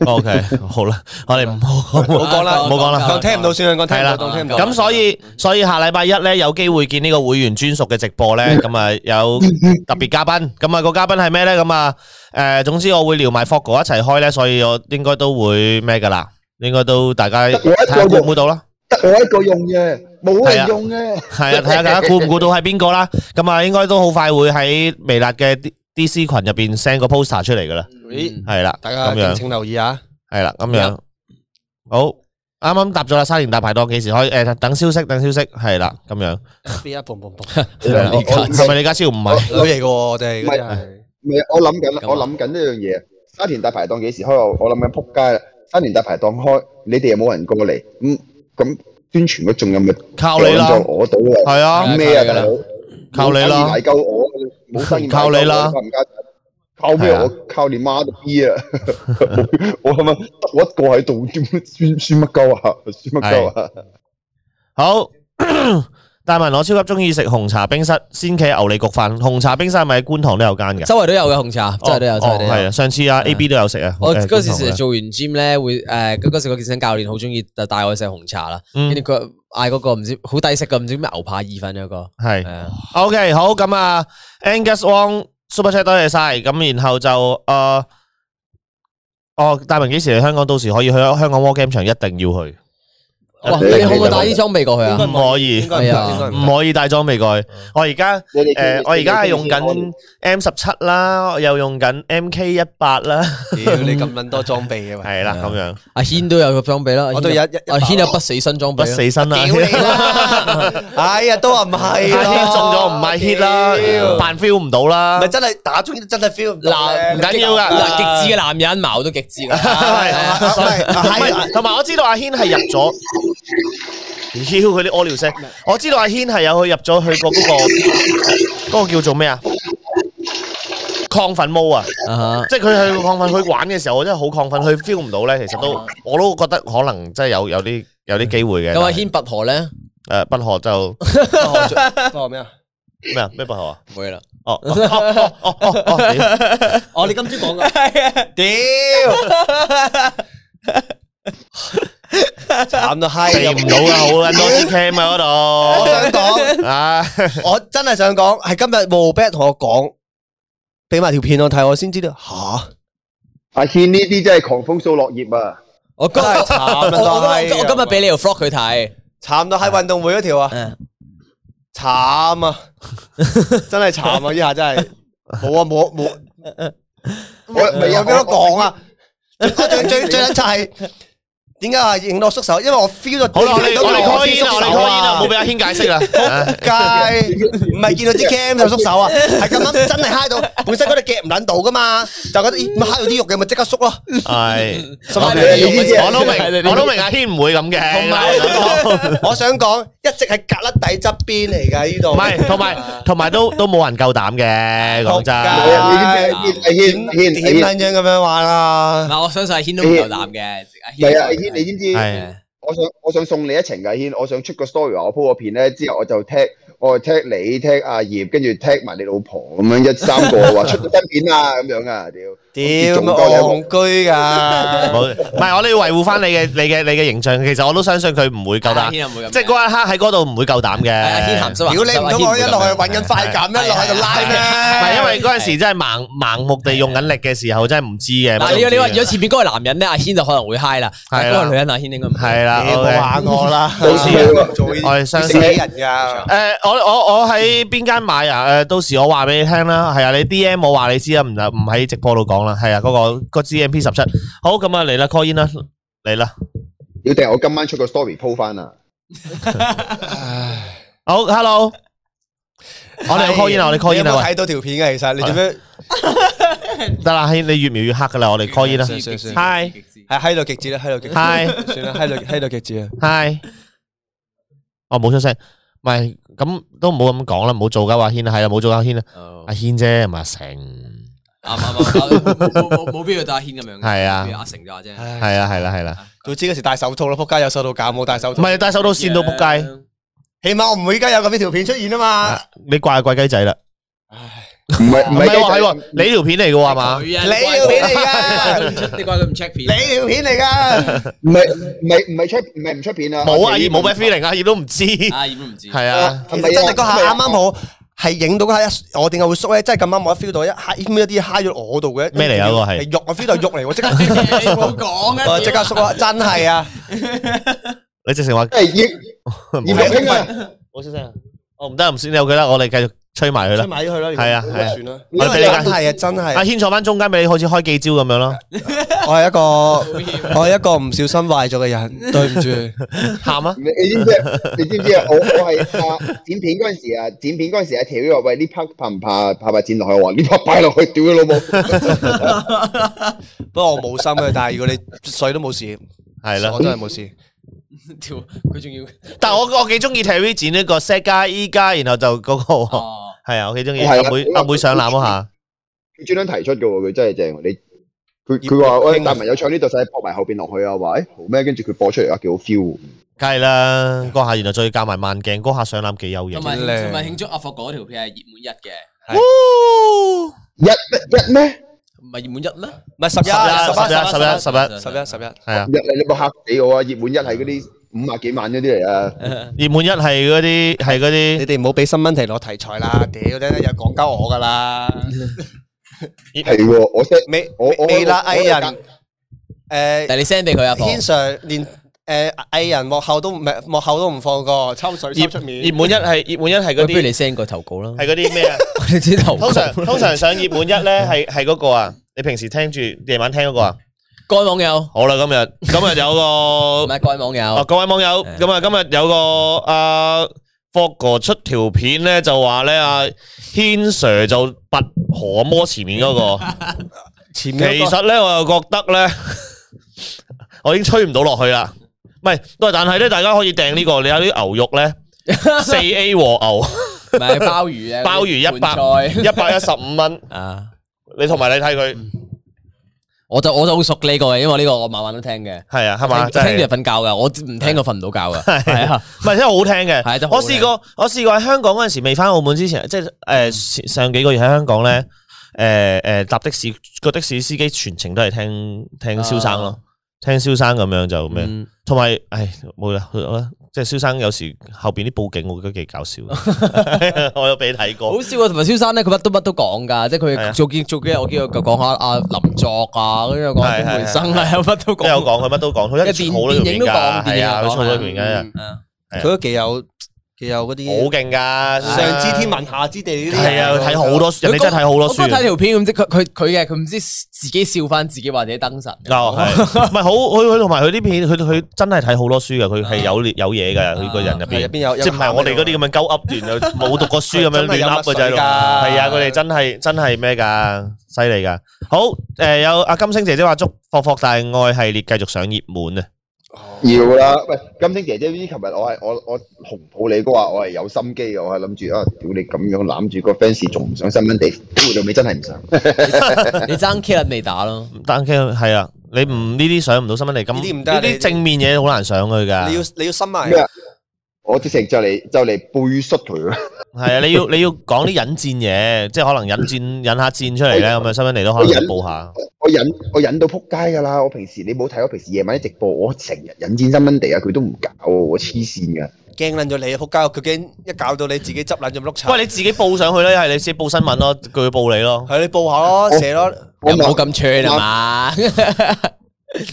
Speaker 2: O K，好啦，我哋唔好
Speaker 3: 唔好講啦，
Speaker 2: 唔好講啦
Speaker 3: 當聽唔到。先，講
Speaker 2: 系
Speaker 3: 聽唔
Speaker 2: 啦。
Speaker 3: 到，當聽唔到。
Speaker 2: 咁所以所以下禮拜一咧有機會見呢個會員專屬嘅直播 咧，咁啊有特別嘉賓，咁啊個嘉賓係咩咧？咁啊诶，總之我會撩埋 f o g 一齊開咧，所以我應該都會咩噶啦，應該都大家睇下估唔估到啦。
Speaker 4: 得我一個用嘅，冇人用嘅。
Speaker 2: 係啊，睇下大家估唔估到係邊個啦。咁啊，應該都好快會喺微辣嘅 D D C 群入边 send 個 poster 出嚟噶啦。
Speaker 1: 咦，
Speaker 2: 係啦，
Speaker 3: 大家
Speaker 2: 咁樣
Speaker 3: 敬。請留意啊。
Speaker 2: 系啦，咁样好，啱啱答咗啦，沙田大排档几時開？诶、等消息，等消息，係啦，咁樣。
Speaker 3: 邊一砰砰砰，
Speaker 4: 哦
Speaker 2: 係啦
Speaker 1: 李家超
Speaker 2: 係咪李家超唔係？
Speaker 3: 女嚟嘅喎，真係嗰啲係。
Speaker 4: 唔係，我諗緊
Speaker 1: 咁啊
Speaker 4: 啦，我諗緊呢樣嘢。沙田大排檔幾時開？我我諗緊撲街啦。沙田大排檔開，你哋又冇人過嚟，咁咁宣傳嗰仲有咪
Speaker 2: 靠你啦
Speaker 4: 擋咗我到啊？
Speaker 2: 係啊，
Speaker 4: 咁咩啊，
Speaker 1: 靠你啦
Speaker 4: 大
Speaker 2: 靠
Speaker 4: 佬？
Speaker 2: 你啦
Speaker 4: 冇生意買鳩我，冇生意買鳩我
Speaker 2: 靠你啦
Speaker 4: 冚家鏟靠咩？
Speaker 2: 係啊
Speaker 4: 我靠你媽都 B 啊！ 我係咪得我一個喺度？點宣宣乜鳩啊？宣乜鳩啊？
Speaker 2: 好。 大文，我超級中意食紅茶冰室鮮茄牛脷焗飯。紅茶冰室係咪喺觀塘都有間嘅？
Speaker 1: 周圍都有嘅紅茶，周圍都有，周圍都有。
Speaker 2: 係啊，上次啊
Speaker 1: 哦係嗯
Speaker 2: A B 都有食啊。
Speaker 1: 我
Speaker 2: 誒
Speaker 1: 嗰時
Speaker 2: 觀塘嘅
Speaker 1: 成日做完 gym 咧，會誒嗰嗰時個健身教練好中意就帶我去食紅茶啦，
Speaker 2: 嗯
Speaker 1: 跟住佢嗌嗰個唔知好低息嘅唔知咩牛扒意粉嗰個，
Speaker 2: 係
Speaker 1: 係。啊
Speaker 2: OK，好咁啊，Angus Wong Super Chat 多謝晒，咁然後就誒、呃哦，大明幾時嚟香港？到時可以去香港 War Game 場，一定要去。
Speaker 1: 哇！
Speaker 4: 你
Speaker 1: 你可唔可以帶啲裝備過去啊？
Speaker 2: 唔可以
Speaker 3: 應該唔得
Speaker 1: 係啊
Speaker 3: 應該唔得
Speaker 2: 唔可以帶裝備過去。
Speaker 1: 嗯
Speaker 2: 我而家
Speaker 4: 你哋
Speaker 2: 诶，我而家係用
Speaker 4: 你
Speaker 2: 緊 M 十七啦，又用緊 MK 一八啦，
Speaker 3: 屌你咁撚多裝備嘅喂，
Speaker 2: 係啦咁樣
Speaker 1: 阿軒都有個裝備啦，
Speaker 3: 我都有一一
Speaker 1: 阿軒有不死身裝
Speaker 2: 不
Speaker 1: 備啊啦。
Speaker 2: 死身啦。
Speaker 3: 屌你啦！ 哎呀，都話唔
Speaker 2: 阿
Speaker 3: 係啦，
Speaker 2: 軒中咗唔係 hit 啦
Speaker 3: 屌，
Speaker 2: 扮 feel 唔到啦
Speaker 3: 咪。真係打中真係 feel 唔到咧
Speaker 1: 嗱，
Speaker 2: 唔緊要㗎
Speaker 1: 啊嗱，極致嘅男人矛都極致㗎。
Speaker 2: 係
Speaker 5: 啊唔係
Speaker 2: 唔
Speaker 5: 係
Speaker 2: 係同埋我知道阿軒係入咗，屌佢啲屙尿聲。我知道阿軒係有去入咗去過嗰個嗰個叫做咩啊？亢奮毛啊！
Speaker 1: 啊哈
Speaker 2: 即係佢去亢奮，佢玩嘅時候，我真係好亢奮，佢 feel 唔到咧。其實都我都覺得可能真係有有啲有啲機會嘅。
Speaker 1: 咁阿軒拔河咧，
Speaker 2: 誒不可就
Speaker 3: 哦咩啊？
Speaker 2: 咩啊？咩不可啊？
Speaker 1: 冇嘢啦。
Speaker 2: 哦哦哦哦哦哦屌！
Speaker 3: 哦，你今朝講嘅，屌，慘到閪
Speaker 2: 避
Speaker 3: 咁
Speaker 2: 唔到啊！好撚多支 cam 啊
Speaker 3: 我
Speaker 2: 嗰
Speaker 3: 想講，
Speaker 2: 度 啊！
Speaker 3: 我真係想講，係今日冇 b a 同我講，俾埋條片我睇，我先知道吓。
Speaker 4: 阿轩呢啲真系狂風掃落葉啊！
Speaker 1: 我今日
Speaker 3: 真係慘啊
Speaker 1: 我我
Speaker 3: 真係
Speaker 1: 我今日俾你條 flog 佢睇。
Speaker 3: 慘到喺運動會嗰條啊，
Speaker 1: 嗯
Speaker 3: 慘啊，真係慘啊！呢下真係冇啊 冇冇，
Speaker 4: 我
Speaker 3: 我有幾多講啊？最最最最撚就係點解話影到我縮手？因為我 feel 到
Speaker 2: 好啦，我哋我哋 call in 啦，我哋
Speaker 3: 啊
Speaker 2: call in 啦，冇
Speaker 3: 俾
Speaker 2: 俾阿軒解釋啦。
Speaker 3: 街，唔係見到啲 cam 就縮手啊，係咁啱真係嗨到，本身嗰度夾唔撚到噶嘛，就覺得咦咪嗨到啲肉嘅咪即刻縮咯。
Speaker 2: 係，
Speaker 1: 埋
Speaker 4: 你哋呢啲
Speaker 2: 我都明，我都明
Speaker 1: 啊
Speaker 2: 阿軒唔會咁嘅。
Speaker 3: 同埋 我想講，一直係隔甩底側邊嚟㗎呢度。
Speaker 2: 唔係，同埋同埋都都冇人夠膽嘅，講
Speaker 4: 你
Speaker 3: 仆街
Speaker 2: 真。
Speaker 4: 知唔知阿軒阿軒阿
Speaker 3: 點
Speaker 4: 軒
Speaker 3: 撚樣咁樣玩啊？
Speaker 1: 嗱，我相信阿軒都唔夠膽啊嘅。阿
Speaker 4: 系
Speaker 1: 軒
Speaker 4: 啊，阿軒，你知唔知？
Speaker 2: 係
Speaker 4: 我想我想送你一程噶，阿軒，我想出個 story 話我 po 個片咧，之後我就 tag 我 tag 你 tag 阿葉，跟住 tag 埋你老婆咁樣一三個話出咗新片啊咁樣啊，屌！
Speaker 3: 屌，戇居㗎！
Speaker 2: 冇，唔係我哋要維護翻你嘅你嘅你嘅形象。其實我都相信佢唔會夠
Speaker 1: 阿
Speaker 2: 膽，
Speaker 1: 軒又唔會咁。
Speaker 2: 即係嗰一刻喺嗰度唔會夠膽嘅。
Speaker 1: 係阿軒鹹濕
Speaker 3: 屌
Speaker 1: 啊！
Speaker 3: 你唔通我一路去
Speaker 1: 去
Speaker 3: 揾緊快感，一路喺度拉
Speaker 2: 唔係因
Speaker 3: 咩？
Speaker 2: 為嗰陣時真係盲盲目地用緊力嘅時候，真係唔知啊嘅。
Speaker 1: 嗱，你你話如果前
Speaker 2: 係
Speaker 1: 面嗰個男人咧，阿軒就可能會 high 啦。但係嗰個女人阿軒應該唔會。
Speaker 2: 啦
Speaker 3: 你冇
Speaker 2: À, ，OK。
Speaker 3: 玩我啦！
Speaker 4: 到時啊
Speaker 3: 做呢
Speaker 2: 我哋
Speaker 3: 啲
Speaker 2: 相
Speaker 3: 死
Speaker 2: 信
Speaker 3: 人㗎。
Speaker 2: 诶、我我我喺邊間買啊？诶、到時我話俾你聽啦。係啊，你 D M 我話你知啊，唔唔喺直播度講啦。係啊，嗰、個个 G M P 十七。好，咁啊嚟啦，call in 啦，嚟啦。
Speaker 4: 要定我今晚出個 story po 翻啊！
Speaker 2: 好，hello，我哋有 call in 啊，我哋 call in
Speaker 3: 你有冇
Speaker 2: 啊，
Speaker 3: 睇到條片嘅其實，你做咩
Speaker 2: 喂，得啦，你越描越黑噶啦，我哋 call in 啦。
Speaker 3: 算算
Speaker 2: Hi
Speaker 3: 係閪到極致啦？閪到極致，
Speaker 2: Hi
Speaker 3: 算啦，閪到閪到極致啊！
Speaker 2: Hi，哦冇出聲，唔係咁都唔好咁講啦，唔好做噶阿軒啊，係啊，冇做阿軒啊，
Speaker 1: 哦
Speaker 2: 阿軒啫，唔係阿成。
Speaker 1: 啱啱啱，冇冇冇冇必要打軒咁樣嘅。
Speaker 2: 係啊
Speaker 1: 冇必要阿成咗阿啫。
Speaker 2: 係啦，係啦，係啦，
Speaker 3: 早知嗰時戴手套咯，仆街有手套架冇戴手
Speaker 2: 唔
Speaker 3: 套，
Speaker 2: 係但係手到線到仆街，
Speaker 3: 起碼我唔會而家有咁呢條片出現啊嘛。
Speaker 2: 你怪怪雞仔啦。
Speaker 4: 唔係唔
Speaker 2: 唔
Speaker 4: 係
Speaker 2: 係喎，係喎，你條片嚟嘅喎係嘛？
Speaker 1: 你
Speaker 3: 你俾你㗎
Speaker 1: 你怪佢唔 check 片。
Speaker 3: 你條片嚟㗎，
Speaker 4: 唔係唔係唔係出唔係唔出片啊！
Speaker 2: 冇啊，葉
Speaker 4: 我哋
Speaker 2: 冇咩 feeling 啊，葉都唔知。係
Speaker 1: 阿葉都唔知。
Speaker 2: 啊，
Speaker 3: 其實真係嗰下啱啱好係影到嗰下一，我點解會縮咧？真係咁啱我一 feel 到一嗨咁一啲嗨咗我度嘅
Speaker 2: 咩嚟啊嗰個係
Speaker 3: 係肉，我 feel 到肉嚟，我即刻
Speaker 1: 你唔好講啊！
Speaker 3: 我即刻縮啊！真係啊，
Speaker 2: 你直情話
Speaker 4: 真係葉葉
Speaker 2: 冇
Speaker 4: 文卿啊！
Speaker 2: 冇出聲。我唔得，唔先有佢啦，我哋繼續吹埋佢啦。
Speaker 3: 埋咗佢啦
Speaker 2: 係啊係啊
Speaker 3: 啦。
Speaker 2: 我哋俾你
Speaker 3: 真
Speaker 2: 㗎
Speaker 3: 係啊，真
Speaker 2: 阿
Speaker 3: 係，
Speaker 2: 軒坐翻中間，俾你好似開記招咁樣咯，
Speaker 3: 我係一個我係一個唔小心壞咗嘅人，對唔住。
Speaker 2: 喊啊！
Speaker 4: 你你知唔知啊？你知唔知啊？我我係啊剪片嗰陣時啊，剪片嗰陣時阿條話：喂呢 part 怕唔怕怕唔怕剪落去？啊我話呢 part 擺落去，屌佢老母！
Speaker 3: 不過我冇心嘅，但係如果你水都冇事，
Speaker 2: 係啦
Speaker 3: 我，真係冇事。
Speaker 1: 條佢仲要
Speaker 2: 但係我我幾中意 Terry 剪呢個 set 加依家，然後就嗰個
Speaker 1: 哦，
Speaker 2: 係啊，我幾中意
Speaker 4: 係
Speaker 2: 阿
Speaker 4: 啊
Speaker 2: 妹阿妹上攬嗰下，
Speaker 4: 佢專登提出嘅喎，佢真係正喎。你佢
Speaker 3: 葉
Speaker 4: 佢話
Speaker 3: 葉
Speaker 4: 喂，
Speaker 3: 興
Speaker 4: 大文有唱呢度，使播埋後邊落去啊！話誒好咩？跟住佢播出嚟啊，幾好 feel 喎。
Speaker 2: 梗係啦，嗰下然後再加埋慢鏡，嗰下上攬幾有型
Speaker 1: 同。埋同埋慶祝阿霍嗰條片係熱門一嘅，
Speaker 4: 一一咩？
Speaker 1: 唔係熱門一咩？
Speaker 3: 唔係十
Speaker 2: 十一十
Speaker 3: 一
Speaker 2: 一十一十一
Speaker 3: 十一十一十一。
Speaker 2: 係啊，
Speaker 4: 一你你冇嚇死我啊！熱門一係嗰啲五啊幾萬嗰啲嚟啊！
Speaker 2: 葉滿一係嗰啲係嗰啲
Speaker 3: 你哋唔好俾新問題攞題材啦，屌你又講鳩我噶 啦，
Speaker 4: 係喎，我 set
Speaker 3: 未
Speaker 4: 我我
Speaker 3: 未啦
Speaker 4: 我
Speaker 3: 藝人誒
Speaker 1: 但係你 send 俾佢阿霍，
Speaker 3: 軒 Sir 連
Speaker 6: 诶艺人幕後都唔係幕後都唔放過，抽水抽出面。
Speaker 2: 熱門一係熱門一係嗰
Speaker 1: 咁不如
Speaker 2: 啲
Speaker 1: 你 send 個投稿啦，
Speaker 2: 係嗰啲咩啊？
Speaker 1: 你知投稿
Speaker 2: 通
Speaker 1: 啦
Speaker 2: 常通常上熱門一 咧係係嗰個啊，你平時聽住夜晚聽嗰個啊。
Speaker 1: 嗯該網友
Speaker 2: 好啦，今日今日有
Speaker 1: 唔
Speaker 2: 個
Speaker 1: 係該網
Speaker 2: 啊，
Speaker 1: 友，
Speaker 2: 各位網友，
Speaker 1: 誒
Speaker 2: 咁啊今日有個阿霍哥出條片咧，就話咧阿軒 Sir 就拔河魔前面嗰個。其
Speaker 6: 前面嗰個
Speaker 2: 實咧，我又覺得咧， 我已經吹唔到落去啦。唔係，喂但係咧，大家可以訂呢、個，你有啲牛肉 咧，四 A 和牛
Speaker 1: 唔係鮑魚啊，
Speaker 2: 鮑魚
Speaker 1: 盤菜
Speaker 2: 一百一十五蚊，
Speaker 1: 啊。
Speaker 2: 你同埋你
Speaker 1: 嗯
Speaker 2: 睇佢
Speaker 1: 我就我就好熟呢個嘅，因為呢個我晚晚都聽嘅，
Speaker 2: 係啊，係嘛，
Speaker 1: 聽
Speaker 2: 真
Speaker 1: 聽
Speaker 2: 係
Speaker 1: 住。瞓覺噶，我唔聽就瞓唔到覺噶，係啊，
Speaker 2: 唔 係真係好聽嘅，
Speaker 1: 係真係好
Speaker 2: 我
Speaker 1: 聽
Speaker 2: 試過，我試過喺香港嗰陣時未翻澳門之前，即係誒上上幾個月喺香港咧，誒誒搭的士個的士司機全程都係聽聽蕭生
Speaker 1: 哦
Speaker 2: 咯，聽蕭生咁樣就咩，
Speaker 1: 嗯
Speaker 2: 同埋唉冇啦，好啦即係蕭生有時後邊啲報警我覺得幾 搞笑，我有俾你睇過
Speaker 1: 好，笑啊！同埋蕭生咧，佢乜都乜都講㗎，即係
Speaker 2: 係啊
Speaker 1: 佢做幾做幾日，我見佢講下阿林作啊，跟住又講
Speaker 2: 係係
Speaker 1: 梅生啊，有乜都
Speaker 2: 都有
Speaker 1: 講。
Speaker 2: 講佢乜都講，佢一
Speaker 1: 電
Speaker 2: 直好多條
Speaker 1: 電
Speaker 2: 片
Speaker 1: 影都
Speaker 2: 㗎，
Speaker 1: 講電影
Speaker 2: 係啊，
Speaker 1: 又
Speaker 2: 佢
Speaker 1: 講
Speaker 2: 好多條片
Speaker 1: 啊
Speaker 2: 㗎，
Speaker 1: 嗯
Speaker 6: 佢都幾有幾有嗰
Speaker 2: 好
Speaker 6: 啲
Speaker 2: 勁㗎，
Speaker 6: 上知天文下知地呢啲。
Speaker 2: 係啊，睇好多，人哋真係睇好多
Speaker 1: 我嗰日
Speaker 2: 書。
Speaker 1: 睇條片咁，即係佢佢佢嘅，佢唔知自己笑翻自己或者燈神。
Speaker 2: 哦，係，唔係好佢佢同埋佢啲片，佢佢真係睇好多書嘅，佢係有有嘢嘅，佢個人入
Speaker 6: 係入
Speaker 2: 邊，
Speaker 6: 邊有有
Speaker 2: 即係唔係我哋嗰啲咁樣鳩噏段，又冇讀過書咁樣
Speaker 6: 真係
Speaker 2: 亂
Speaker 6: 有
Speaker 2: 噏嘅
Speaker 6: 墨
Speaker 2: 就喺
Speaker 6: 水
Speaker 2: 度，
Speaker 6: 㗎
Speaker 2: 係啊，佢哋真係真係咩㗎，犀利㗎。好，誒有阿金星姐姐話祝霍霍大愛系列繼續上熱門啊，
Speaker 4: 要啦，喂，金星姐姐，呢琴日我係我我紅抱你嗰話，我係有心機嘅，我係諗住啊，屌你咁樣攬住個 fans 仲唔想新聞地，屌到尾真係唔想。
Speaker 1: 你爭 K 你打咯，
Speaker 2: 但係係啊，你唔呢啲上唔到新聞嚟，咁
Speaker 6: 呢啲唔得
Speaker 2: 呢
Speaker 6: 你
Speaker 2: 啲正面嘢好難上去㗎。
Speaker 6: 你要你要深埋
Speaker 4: 咩啊我直情就嚟就嚟背摔佢 啦，
Speaker 2: 係啊，你要你要講啲引戰嘢，即係可能引戰引下戰出嚟咧，咁啊新聞嚟都可能要報下。
Speaker 4: 我忍我忍到撲街㗎啦！我平時你冇睇我平時夜晚啲直播，我成日引戰新聞地啊，佢都唔搞喎，我黐線㗎。
Speaker 6: 驚撚咗你啊！仆街，佢驚一搞到你自己執撚咗碌柴。
Speaker 2: 喂，你自己報上去咧，係你自己報新聞咯，佢報你咯。
Speaker 6: 係你報下咯，寫咯。
Speaker 4: 我
Speaker 1: 又冇
Speaker 4: 晚
Speaker 1: 咁串啊嘛。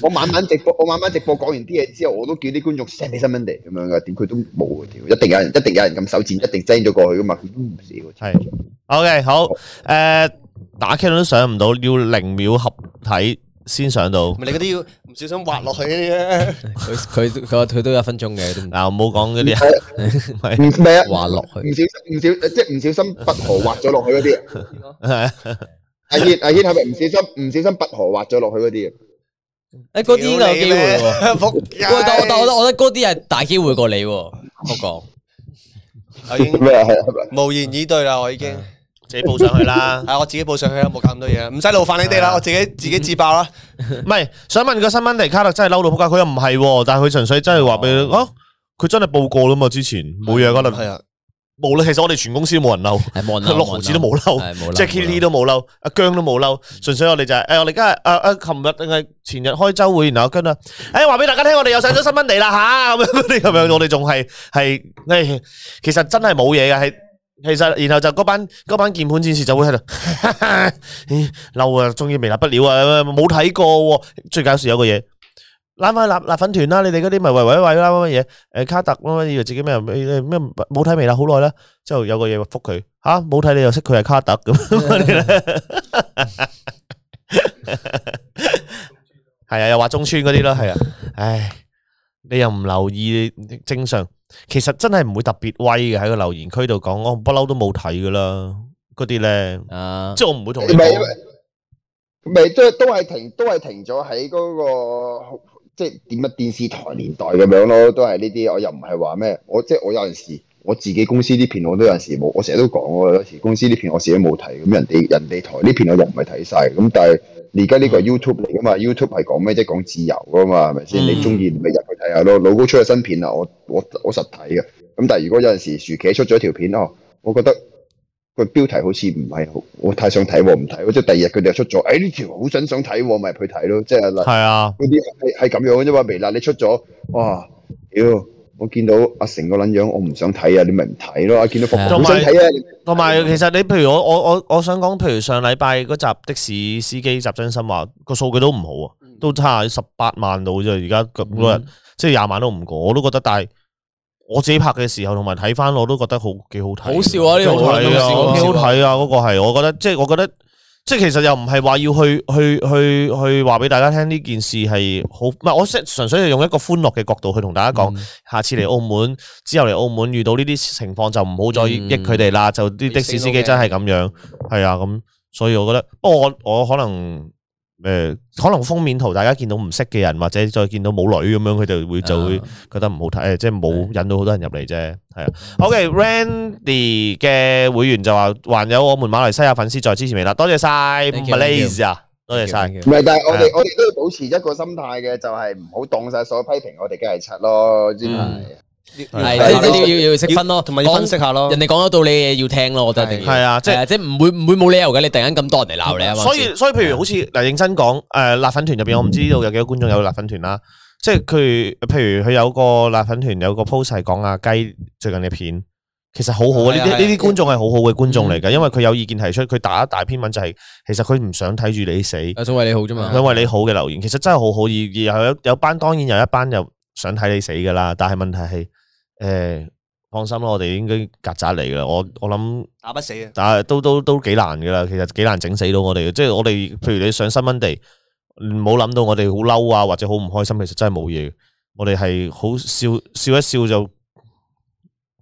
Speaker 4: 我晚晚直播，我晚晚直播講完啲嘢之後，我都叫啲觀眾 send 俾新聞地咁樣㗎，點佢都冇啊！屌，一定有人一定有人咁手賤，一定 send 咗過去㗎嘛，佢都唔死喎。
Speaker 2: 係 OK，好，诶，打 K 輪都上唔到，要零秒合體先上到。
Speaker 6: 咪你嗰啲要唔小心滑落去嗰啲咧，
Speaker 1: 佢佢佢佢都有一分鐘嘅，都唔
Speaker 2: 嗱，唔好講嗰啲，唔係
Speaker 4: 唔 唔係啊，
Speaker 1: 滑落去
Speaker 4: 唔小心唔小呃即係唔小心拔河滑咗落去嗰啲啊。
Speaker 2: 係啊
Speaker 4: 阿軒阿軒係咪唔小心唔小心拔河滑咗落去嗰啲啊？
Speaker 1: 誒嗰啲有機會
Speaker 2: 哎
Speaker 1: 喎。
Speaker 6: 仆
Speaker 1: 喂，
Speaker 6: 街！
Speaker 1: 但我但我覺得我覺得嗰啲係大機會過你喎，我講
Speaker 6: 我已經
Speaker 4: 咩啊？係啊係啊
Speaker 6: 無言以對啦，我已經
Speaker 2: 自己報上去 啦。
Speaker 6: 係我自己報上去啦，冇搞咁多嘢啦，唔使勞煩你哋啦，我自己自己自爆啦。
Speaker 2: 唔係，想問個新聞地卡特真係嬲到仆街，佢又唔係喎，但係佢純粹真係話俾你，哦，佢真係報過啦嘛，之前冇嘢嗰
Speaker 6: 係
Speaker 2: 輪，
Speaker 6: 啊，
Speaker 2: 冇啦。其實我哋全公司冇人嬲。
Speaker 1: 係冇人嬲，
Speaker 2: 六毫子都冇嬲
Speaker 1: 係冇嬲
Speaker 2: ，Jackie Lee 都冇嬲，阿姜都冇嬲，純粹我哋就係、誒、我哋而家誒誒，琴日定係前日開週會，然後跟啊，誒話俾大家聽，我哋又上咗新聞地啦吓，咁樣嗰啲咁樣，我哋仲係係誒，其實真係冇嘢嘅，係其實然後就嗰班嗰班鍵盤戰士就會喺度咦嬲啊，終於微辣不了啊，冇睇過喎，最搞 笑有個嘢。攬翻辣辣粉團啦，你哋嗰啲咪維維維啦乜乜嘢？誒卡特乜乜以為自己咩咩咩冇睇微辣好耐啦，之後有個嘢覆佢吓，冇睇你又識佢係卡特咁嗰啲咧，係啊，又話中村嗰啲啦， 係啊，唉，你又唔留意正常，其實真係唔會特別威嘅喺個留言區度講，我不嬲都冇睇噶啦，嗰啲咧，
Speaker 1: 啊，
Speaker 2: 即係我唔會同你
Speaker 4: 唔係
Speaker 2: 講
Speaker 4: 因為。咪都係都係停，都係停咗喺嗰個即係點乜電視台年代咁樣咯，都係呢啲。我又唔係話咩，我即係我有陣時我自己公司啲片我都有陣時冇，我成日都講我有時公司啲片我自己冇睇，咁人哋人哋台呢片我又唔係睇晒。咁但係你而家呢
Speaker 2: 嗯
Speaker 4: 個係 YouTube 嚟噶嘛，YouTube 係講咩啫？講自由噶嘛，係咪先？
Speaker 2: 嗯
Speaker 4: 你中意咪入去睇下咯。老高出咗新片啊啦，我我我實睇嘅。咁但係如果有陣時薯茄出咗條片哦，我覺得。個標題好似唔係好，我太想睇喎，唔睇喎，即係第二日佢哋又出咗，哎誒呢條好想想睇喎，咪入去睇咯，即係嗱
Speaker 2: 係啊，
Speaker 4: 嗰啲係係咁樣嘅啫嘛，微辣你出咗，哇，屌！我見到阿成個撚樣，我唔想睇啊，你咪唔睇咯。見到服好
Speaker 2: 同埋
Speaker 4: 想睇啊，你
Speaker 2: 同埋其實你譬如我我我我想講，譬如上禮拜嗰集的士司機集真心話個數據都唔好啊，
Speaker 4: 嗯
Speaker 2: 都差十八萬到啫。而家咁多人，即係廿萬都唔過，我都覺得。但係我自己拍嘅時候，同埋睇翻，我都覺得好幾好睇。
Speaker 1: 好笑啊呢
Speaker 2: 幾
Speaker 1: 個好
Speaker 2: 好睇啊，
Speaker 1: 笑
Speaker 2: 幾好
Speaker 1: 好笑
Speaker 2: 睇啊！嗰個係，我覺得即係我覺得。即係其實又唔係話要去去去去話俾大家聽呢件事係好，唔係我即係純粹係用一個歡樂嘅角度去同大家
Speaker 1: 嗯
Speaker 2: 講，下次嚟澳門之後嚟澳門遇到呢啲情況就唔好再
Speaker 1: 嗯
Speaker 2: 益佢哋啦，就啲的士司機真係咁樣，係啊咁，所以我覺得，不過我我可能誒、可能封面圖大家見到唔識嘅人，或者再見到冇女咁樣，佢哋會就會覺得唔好睇，誒即係冇引到好多人入嚟啫，係啊。OK，Randy 嘅會員就話，還有我們馬來西亞粉絲在支持微辣，多謝晒
Speaker 1: Thank you, thank you.
Speaker 2: Malaysia，多謝晒。
Speaker 4: 唔係，但係我
Speaker 2: 係啊
Speaker 4: 哋我哋都要保持一個心態嘅，就係唔好當晒所有批評，我哋梗係柒咯，知唔
Speaker 1: 嗯
Speaker 4: 知？
Speaker 1: 係
Speaker 4: 係
Speaker 1: 即係你要要識分咯，
Speaker 6: 同埋要分析下咯
Speaker 1: 人。哋講咗道理嘅嘢要聽咯，我覺得一定要
Speaker 2: 係啊即係
Speaker 1: 係即係唔會唔會冇理由嘅，你突然間咁多人嚟鬧你啊嘛。
Speaker 2: 所以所以，譬如好似嗱，認真講，誒辣粉團入邊，我唔
Speaker 1: 嗯
Speaker 2: 知道有幾多觀眾有辣粉團啦。即係佢，譬如佢有個辣粉團有個 post 係講阿雞最近嘅片，其實好好啊！
Speaker 1: 係
Speaker 2: 呢
Speaker 1: 啊係嗯啊
Speaker 2: 啲呢啲觀眾係好好嘅觀眾嚟嘅，因為佢有意見提出，佢打一大篇文就係其實佢唔想睇住你死，
Speaker 1: 有所謂你好啫嘛。
Speaker 2: 佢為你好嘅留言，其實真係好好。而而有有班當然有一班又想睇你死噶啦，但係問題係誒。放心啦，我哋應該曱甴嚟噶啦。我我諗
Speaker 6: 打不死啊！
Speaker 2: 但係都都都幾難噶啦，其實幾難整死到我哋嘅。即係我哋，譬如你上新聞地，唔好諗到我哋好嬲啊，或者好唔開心，其實真係冇嘢嘅。我哋係好笑笑一笑就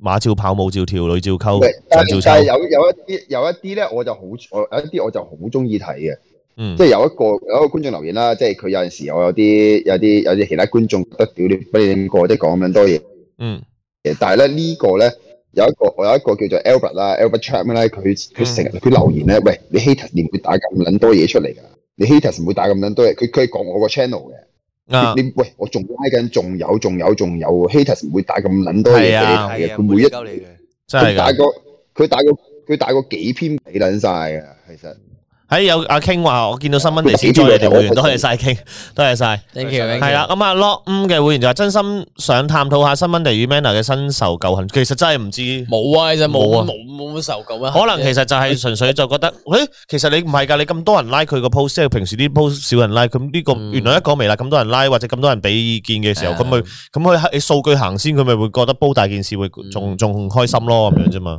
Speaker 2: 馬照跑，舞照跳，女照
Speaker 4: 唔
Speaker 2: 溝，
Speaker 4: 係但
Speaker 2: 仔
Speaker 4: 係
Speaker 2: 照
Speaker 4: 但係
Speaker 2: 抽。
Speaker 4: 有有一啲有一啲咧，我就好我有一啲我就好中意睇嘅。
Speaker 2: 嗯
Speaker 4: 即，係有一個有一個觀眾留言啦，即係佢有陣時我有啲有啲有啲其他觀眾覺得屌你不你點過，即係講咁樣多嘢。
Speaker 2: 嗯，
Speaker 4: 但係咧呢個咧有一個我有一個叫做 Albert 啦，Albert Chapman 咧，佢
Speaker 2: 嗯
Speaker 4: 佢成日佢留言咧，喂你 haters 你唔會打咁撚多嘢出嚟㗎，你 haters 唔會打咁撚多嘢，佢佢係講我個 channel
Speaker 2: 啊
Speaker 4: 嘅，你你喂我仲拉緊，仲有仲有仲有haters 唔會打咁撚多嘢俾你
Speaker 2: 係啊
Speaker 4: 睇嘅，佢每一
Speaker 6: 鳩你嘅，
Speaker 2: 真係
Speaker 4: 佢打
Speaker 2: 㗎。
Speaker 4: 個佢打個佢打個幾篇俾撚晒㗎，其實。
Speaker 2: 喺有阿 King 話，我見到新聞地先咗你哋會員，多謝晒 King，多謝晒。
Speaker 1: Thank you，thank you
Speaker 2: 係啦，，咁啊 Lock 五嘅會員就係真心想探討下新聞地與 Manner 嘅新仇舊恨，其實真係唔知。
Speaker 1: 冇啊，其實
Speaker 2: 冇
Speaker 1: 冇
Speaker 2: 啊
Speaker 1: 冇冇受咁啊。
Speaker 2: 可能其實就係純粹就覺得，誒，其實你唔係㗎，你咁多人拉佢個 post，即係平時啲 post 少人拉，咁呢個
Speaker 1: 嗯
Speaker 2: 原來一講微辣咁多人拉，或者咁多人俾意見嘅時候，
Speaker 1: 係啊
Speaker 2: 咁咪咁佢你數據行先，佢咪會覺得煲大件事會仲仲開心咯，咁樣啫嘛。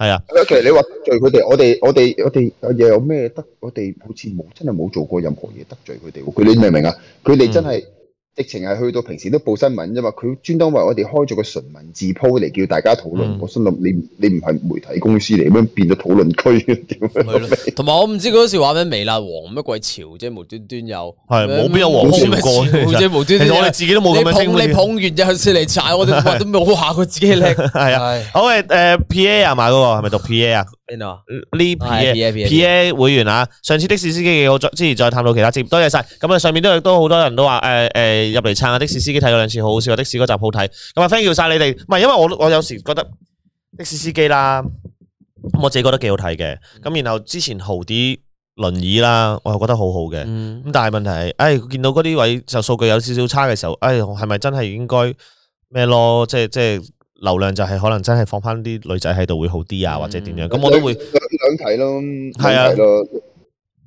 Speaker 2: 係啊，
Speaker 4: 其實你話得罪佢哋，我哋我哋我哋又有咩得？我哋好似冇真係冇做過任何嘢得罪佢哋喎。佢你明唔明啊？佢哋真係直情係去到平時都報新聞啫嘛。佢專登為我哋開咗個純文字鋪嚟叫大家討論。
Speaker 2: 嗯
Speaker 4: 我心諗你你唔係媒體公司嚟，咁樣變咗討論區點樣？
Speaker 1: 咪咯同埋我唔知嗰時話咩微辣王乜鬼潮啫，無端端有
Speaker 2: 係冇邊有王
Speaker 1: 咩
Speaker 2: 朝過
Speaker 1: 咩潮
Speaker 2: 其
Speaker 1: 啫，無
Speaker 2: 其
Speaker 1: 端端
Speaker 2: 實
Speaker 1: 有
Speaker 2: 我哋自己都冇咁樣
Speaker 1: 你
Speaker 2: 稱呼
Speaker 1: 捧你
Speaker 2: 嘅，
Speaker 1: 捧完之後先嚟踩， 我哋我都冇下佢自己叻。
Speaker 2: 係啊。
Speaker 6: 唉，
Speaker 2: 好誒，誒 Pierre 嘛嗰個係咪讀 Pierre 啊？
Speaker 1: 邊啊？
Speaker 2: 呢 Pierre。
Speaker 1: P
Speaker 2: P.A. 會員啊，上次的士司機嘅我再之前再探討其他節目，多謝晒。咁啊，上面都有都好多人都話誒誒入嚟撐下的士司機睇過兩次，好好笑啊！的士嗰集好睇。咁啊，thank you 晒你哋。唔係因為我我有時覺得的士司機啦，我自己覺得幾好睇嘅。咁然後之前豪啲輪椅啦，我又覺得好好嘅。
Speaker 1: 嗯，
Speaker 2: 咁但係問題係，唉，見到嗰啲位就數據有少少差嘅時候，唉，係咪真係應該咩咯？即係即係流量就係可能真係放翻啲女仔喺度會好啲啊，或者點樣？咁我都會。
Speaker 4: 兩兩睇咯，
Speaker 2: 係啊
Speaker 4: 兩睇咯。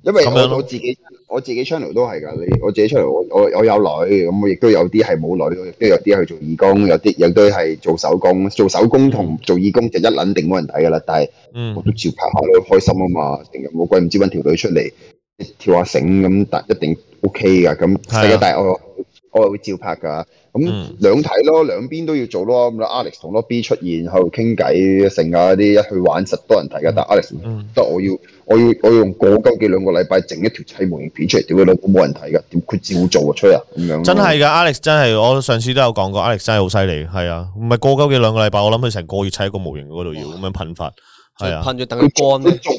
Speaker 4: 因為
Speaker 2: 咁樣咯
Speaker 4: 我我自己我自己 channel 都係㗎，你我自己 channel 我我我有女，咁我亦都有啲係冇女，亦都有啲去做義工，有啲有啲係做手工，做手工同做義工就一撚定冇人睇㗎啦。但係
Speaker 2: 嗯
Speaker 4: 我都照拍下咯，開心啊嘛，成日冇鬼唔知揾條女出嚟跳下繩咁，但一定 OK 㗎。
Speaker 2: 係啊
Speaker 4: 咁世界大我我係會照拍㗎。咁
Speaker 2: 嗯
Speaker 4: 兩睇咯，兩邊都要做咯。咁啊，Alex 同 l o B 出現喺度傾偈，成啊啲一去玩實多人睇㗎。但係 Alex 唔
Speaker 2: 嗯。
Speaker 4: 得我要我要我要用個鳩幾兩個禮拜整一條砌模型片出嚟，屌佢老母冇人睇㗎，點佢照做啊吹啊咁樣。
Speaker 2: 真係噶，Alex 真係，我上次都有講過，Alex 真係好犀利，係啊，唔係過鳩幾兩個禮拜，我諗佢成個月砌一個模型嗰度要咁樣噴發，係啊，
Speaker 6: 噴咗等
Speaker 4: 佢
Speaker 6: 佢乾
Speaker 4: 佢
Speaker 6: 咧，
Speaker 4: 做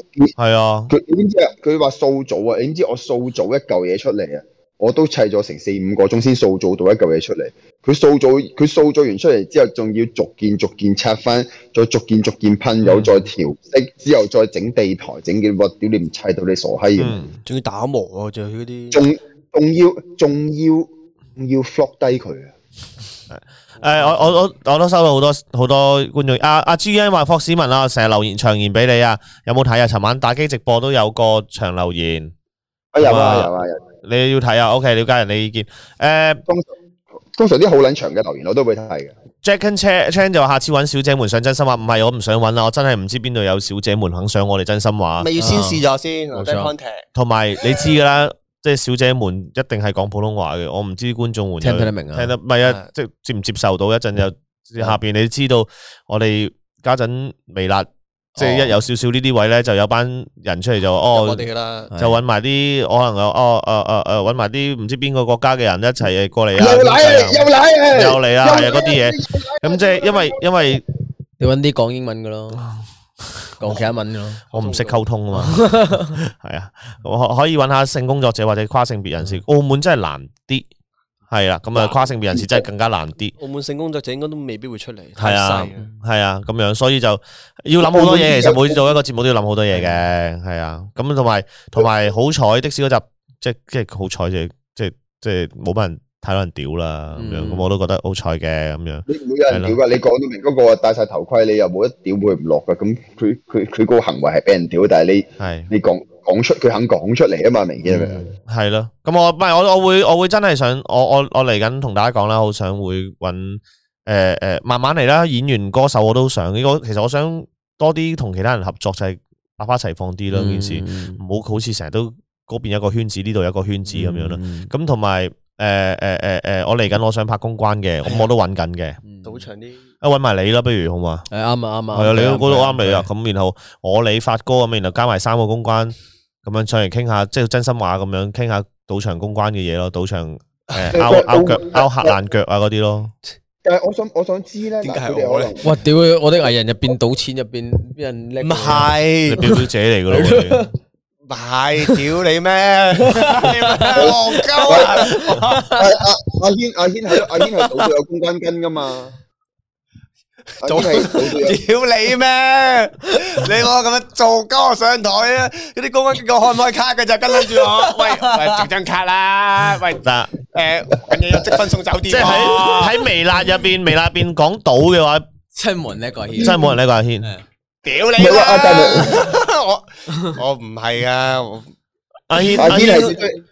Speaker 2: 係啊，
Speaker 4: 佢你知唔知啊？佢話塑造啊，你知唔知我塑造一嚿嘢出嚟啊？我都砌咗成四五個鐘先塑造到一嚿嘢出嚟。佢塑造佢塑造完出嚟之後，仲要逐件逐件拆翻，再逐件逐件噴油，再調色，之後再整地台，整嘅我屌你唔砌到你傻閪嘅，
Speaker 2: 嗯，
Speaker 6: 仲要打磨啊，仲要嗰啲。
Speaker 4: 仲仲要仲要仲要 flop 低佢啊！
Speaker 2: 誒，我我我我都收到好多好多觀眾，阿阿 G N 話霍市民啊，成日留言長言俾你啊，有冇睇啊？尋晚打機直播都有個長留言，
Speaker 4: 啊有
Speaker 2: 咁啊
Speaker 4: 啊有啊有啊，
Speaker 2: 你要睇啊，OK，了解人哋意見。诶、
Speaker 4: 通常通常啲好撚長嘅留言我都會睇嘅。
Speaker 2: Jack and Chan Chan 就話下次揾小姐們上真心話，唔係我唔想揾啊啦，我真係唔知邊度有小姐們肯上我哋真心話。啊
Speaker 3: 咪要先試咗先
Speaker 1: 冇錯
Speaker 3: d contact。
Speaker 2: 同埋你知噶啦，即系小姐們一定係講普通話嘅，我唔知觀眾們
Speaker 1: 聽唔聽得明啊
Speaker 2: 听得唔系啊，即系接唔接受到一陣又下边你知道我哋家陣微辣，即係一有少少呢啲位咧，就有班人出嚟就
Speaker 3: 我
Speaker 2: 哦。
Speaker 3: 哋噶啦，
Speaker 2: 就揾埋啲可能有哦誒誒誒揾埋啲唔知邊個國家嘅人一齊過嚟啊，
Speaker 4: 又奶啊！又奶啊！
Speaker 2: 又嚟啊，係啊
Speaker 4: 又嚟啊
Speaker 2: 嗰啲嘢，咁即係因為因為
Speaker 1: 你搵啲講英文嘅咯，講其他文 嘅咯。
Speaker 2: 我唔識溝通啊嘛， 係啊，我可可以揾下性工作者或者跨性別人士，澳門真係難啲，係啦，咁啊跨性別人士真係更加難啲，
Speaker 3: 澳門性工作者應該都未必會出嚟，
Speaker 2: 係啊
Speaker 3: 太細啦，
Speaker 2: 係啊，咁樣所以就要諗好多嘢，其實每做一個節目都要諗好多嘢嘅，係啊，咁同埋同埋好彩的士嗰集，即係即係好彩就即係即係冇乜人太多人屌啦，咁樣咁我都覺得好彩嘅咁樣。
Speaker 4: 你唔會有人屌噶，你講到明嗰個戴晒頭盔，你又冇得屌佢唔落噶。咁佢佢佢個行為係俾人屌，但係你
Speaker 2: 系
Speaker 4: 你講講出佢肯講出嚟啊嘛，明顯係咪？
Speaker 2: 系咯，咁我唔系我我会我会真系想我我我嚟紧同大家讲啦，好想会揾诶诶慢慢嚟啦，演员歌手我都想呢个，其实我想多啲同其他人合作就系百花齐放啲啦，件事
Speaker 1: 嗯
Speaker 2: 唔好好似成日都嗰边一个圈子，呢度有一个圈子咁
Speaker 1: 嗯
Speaker 2: 样啦。咁同埋呃诶诶诶诶，我嚟紧我想拍公关嘅，咁我都揾紧嘅，
Speaker 1: 嗯
Speaker 3: 賭場啲
Speaker 2: 啊揾埋你啦，不如好嘛？
Speaker 1: 係啱啊啱啊，
Speaker 2: 系啊，你都嗰度啱你啊。
Speaker 1: 啱
Speaker 2: 咁然後我你發哥咁，然後加埋三個公關咁樣上嚟傾下，即係真心話咁樣傾下賭場公關嘅嘢咯， 賭場诶
Speaker 4: 即係
Speaker 2: 拗
Speaker 4: 即係
Speaker 2: 拗脚
Speaker 4: 公關
Speaker 2: 拗客爛腳啊嗰啲咯，
Speaker 4: 但係我想我想知咧，嗱
Speaker 3: 點解係
Speaker 4: 佢哋
Speaker 3: 我
Speaker 4: 可
Speaker 3: 呢
Speaker 4: 能
Speaker 1: 哇！屌，我啲藝人入邊賭錢入邊，邊人叻？
Speaker 3: 唔
Speaker 2: 你
Speaker 3: 係
Speaker 2: 表表姐嚟噶咯，
Speaker 3: 唔係，屌你咩？你咪戇鳩啊！
Speaker 4: 阿阿阿軒阿軒喺阿軒係賭到有公關筋噶嘛？阿軒 係賭到有
Speaker 3: 屌你咩？你我咁樣做鳩我上台啊！嗰啲公安局開唔開卡嘅就跟跟住我，喂喂，整張卡啦，喂
Speaker 2: 嗱，
Speaker 3: 诶，咁嘢有積分送酒
Speaker 2: 即
Speaker 3: 店
Speaker 2: 係
Speaker 3: 喎。
Speaker 2: 喺喺微辣入边，微辣入边講賭嘅話，
Speaker 1: 真係冇人叻過阿軒，
Speaker 2: 真係冇人叻過阿軒。
Speaker 3: 屌你
Speaker 4: 唔係喎阿大
Speaker 3: 啦！
Speaker 4: 文
Speaker 3: 我我唔係啊，我
Speaker 2: 阿軒
Speaker 4: 阿
Speaker 2: 阿
Speaker 4: 軒係
Speaker 2: 軒
Speaker 4: 最中意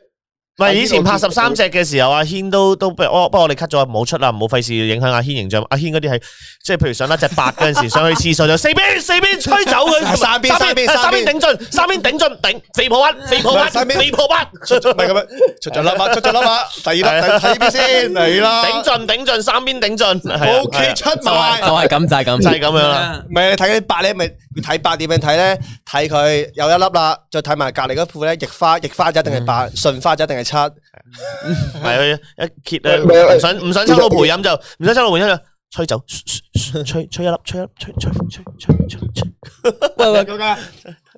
Speaker 2: 唔系以前拍十三隻嘅時候，阿軒都都不我不過我哋 cut 咗，唔好出啦，唔好費事影響阿軒形象。阿軒嗰啲係即係譬如上一隻八嗰阵时，上去廁所就四邊四邊吹走佢，
Speaker 3: 三邊三邊
Speaker 2: 三
Speaker 3: 三邊
Speaker 2: 邊頂進，三邊頂進頂肥婆屈肥婆屈
Speaker 3: 三邊
Speaker 2: 肥婆屈，
Speaker 3: 唔係咁樣出咗粒啊，出咗粒啊，第二粒睇睇邊先嚟
Speaker 2: 頂
Speaker 3: 啦。
Speaker 2: 進頂進，三邊頂進係啊
Speaker 3: O K 出
Speaker 1: 就係就
Speaker 3: 埋。
Speaker 1: 係咁就係咁，
Speaker 2: 就係咁樣啦。
Speaker 3: 唔係你睇嗰啲八咧，咪要睇八點樣睇咧？睇佢有一粒啦，再睇埋隔離嗰副咧，逆花逆花就一定係
Speaker 2: 嗯
Speaker 3: 八，順花就一定係七。
Speaker 2: 係佢一揭咧，
Speaker 4: 喂喂喂
Speaker 2: 唔想唔想抽到培飲就唔想抽到培飲就吹走， 吹吹一粒，吹一粒，吹吹吹吹吹吹。
Speaker 1: 喂喂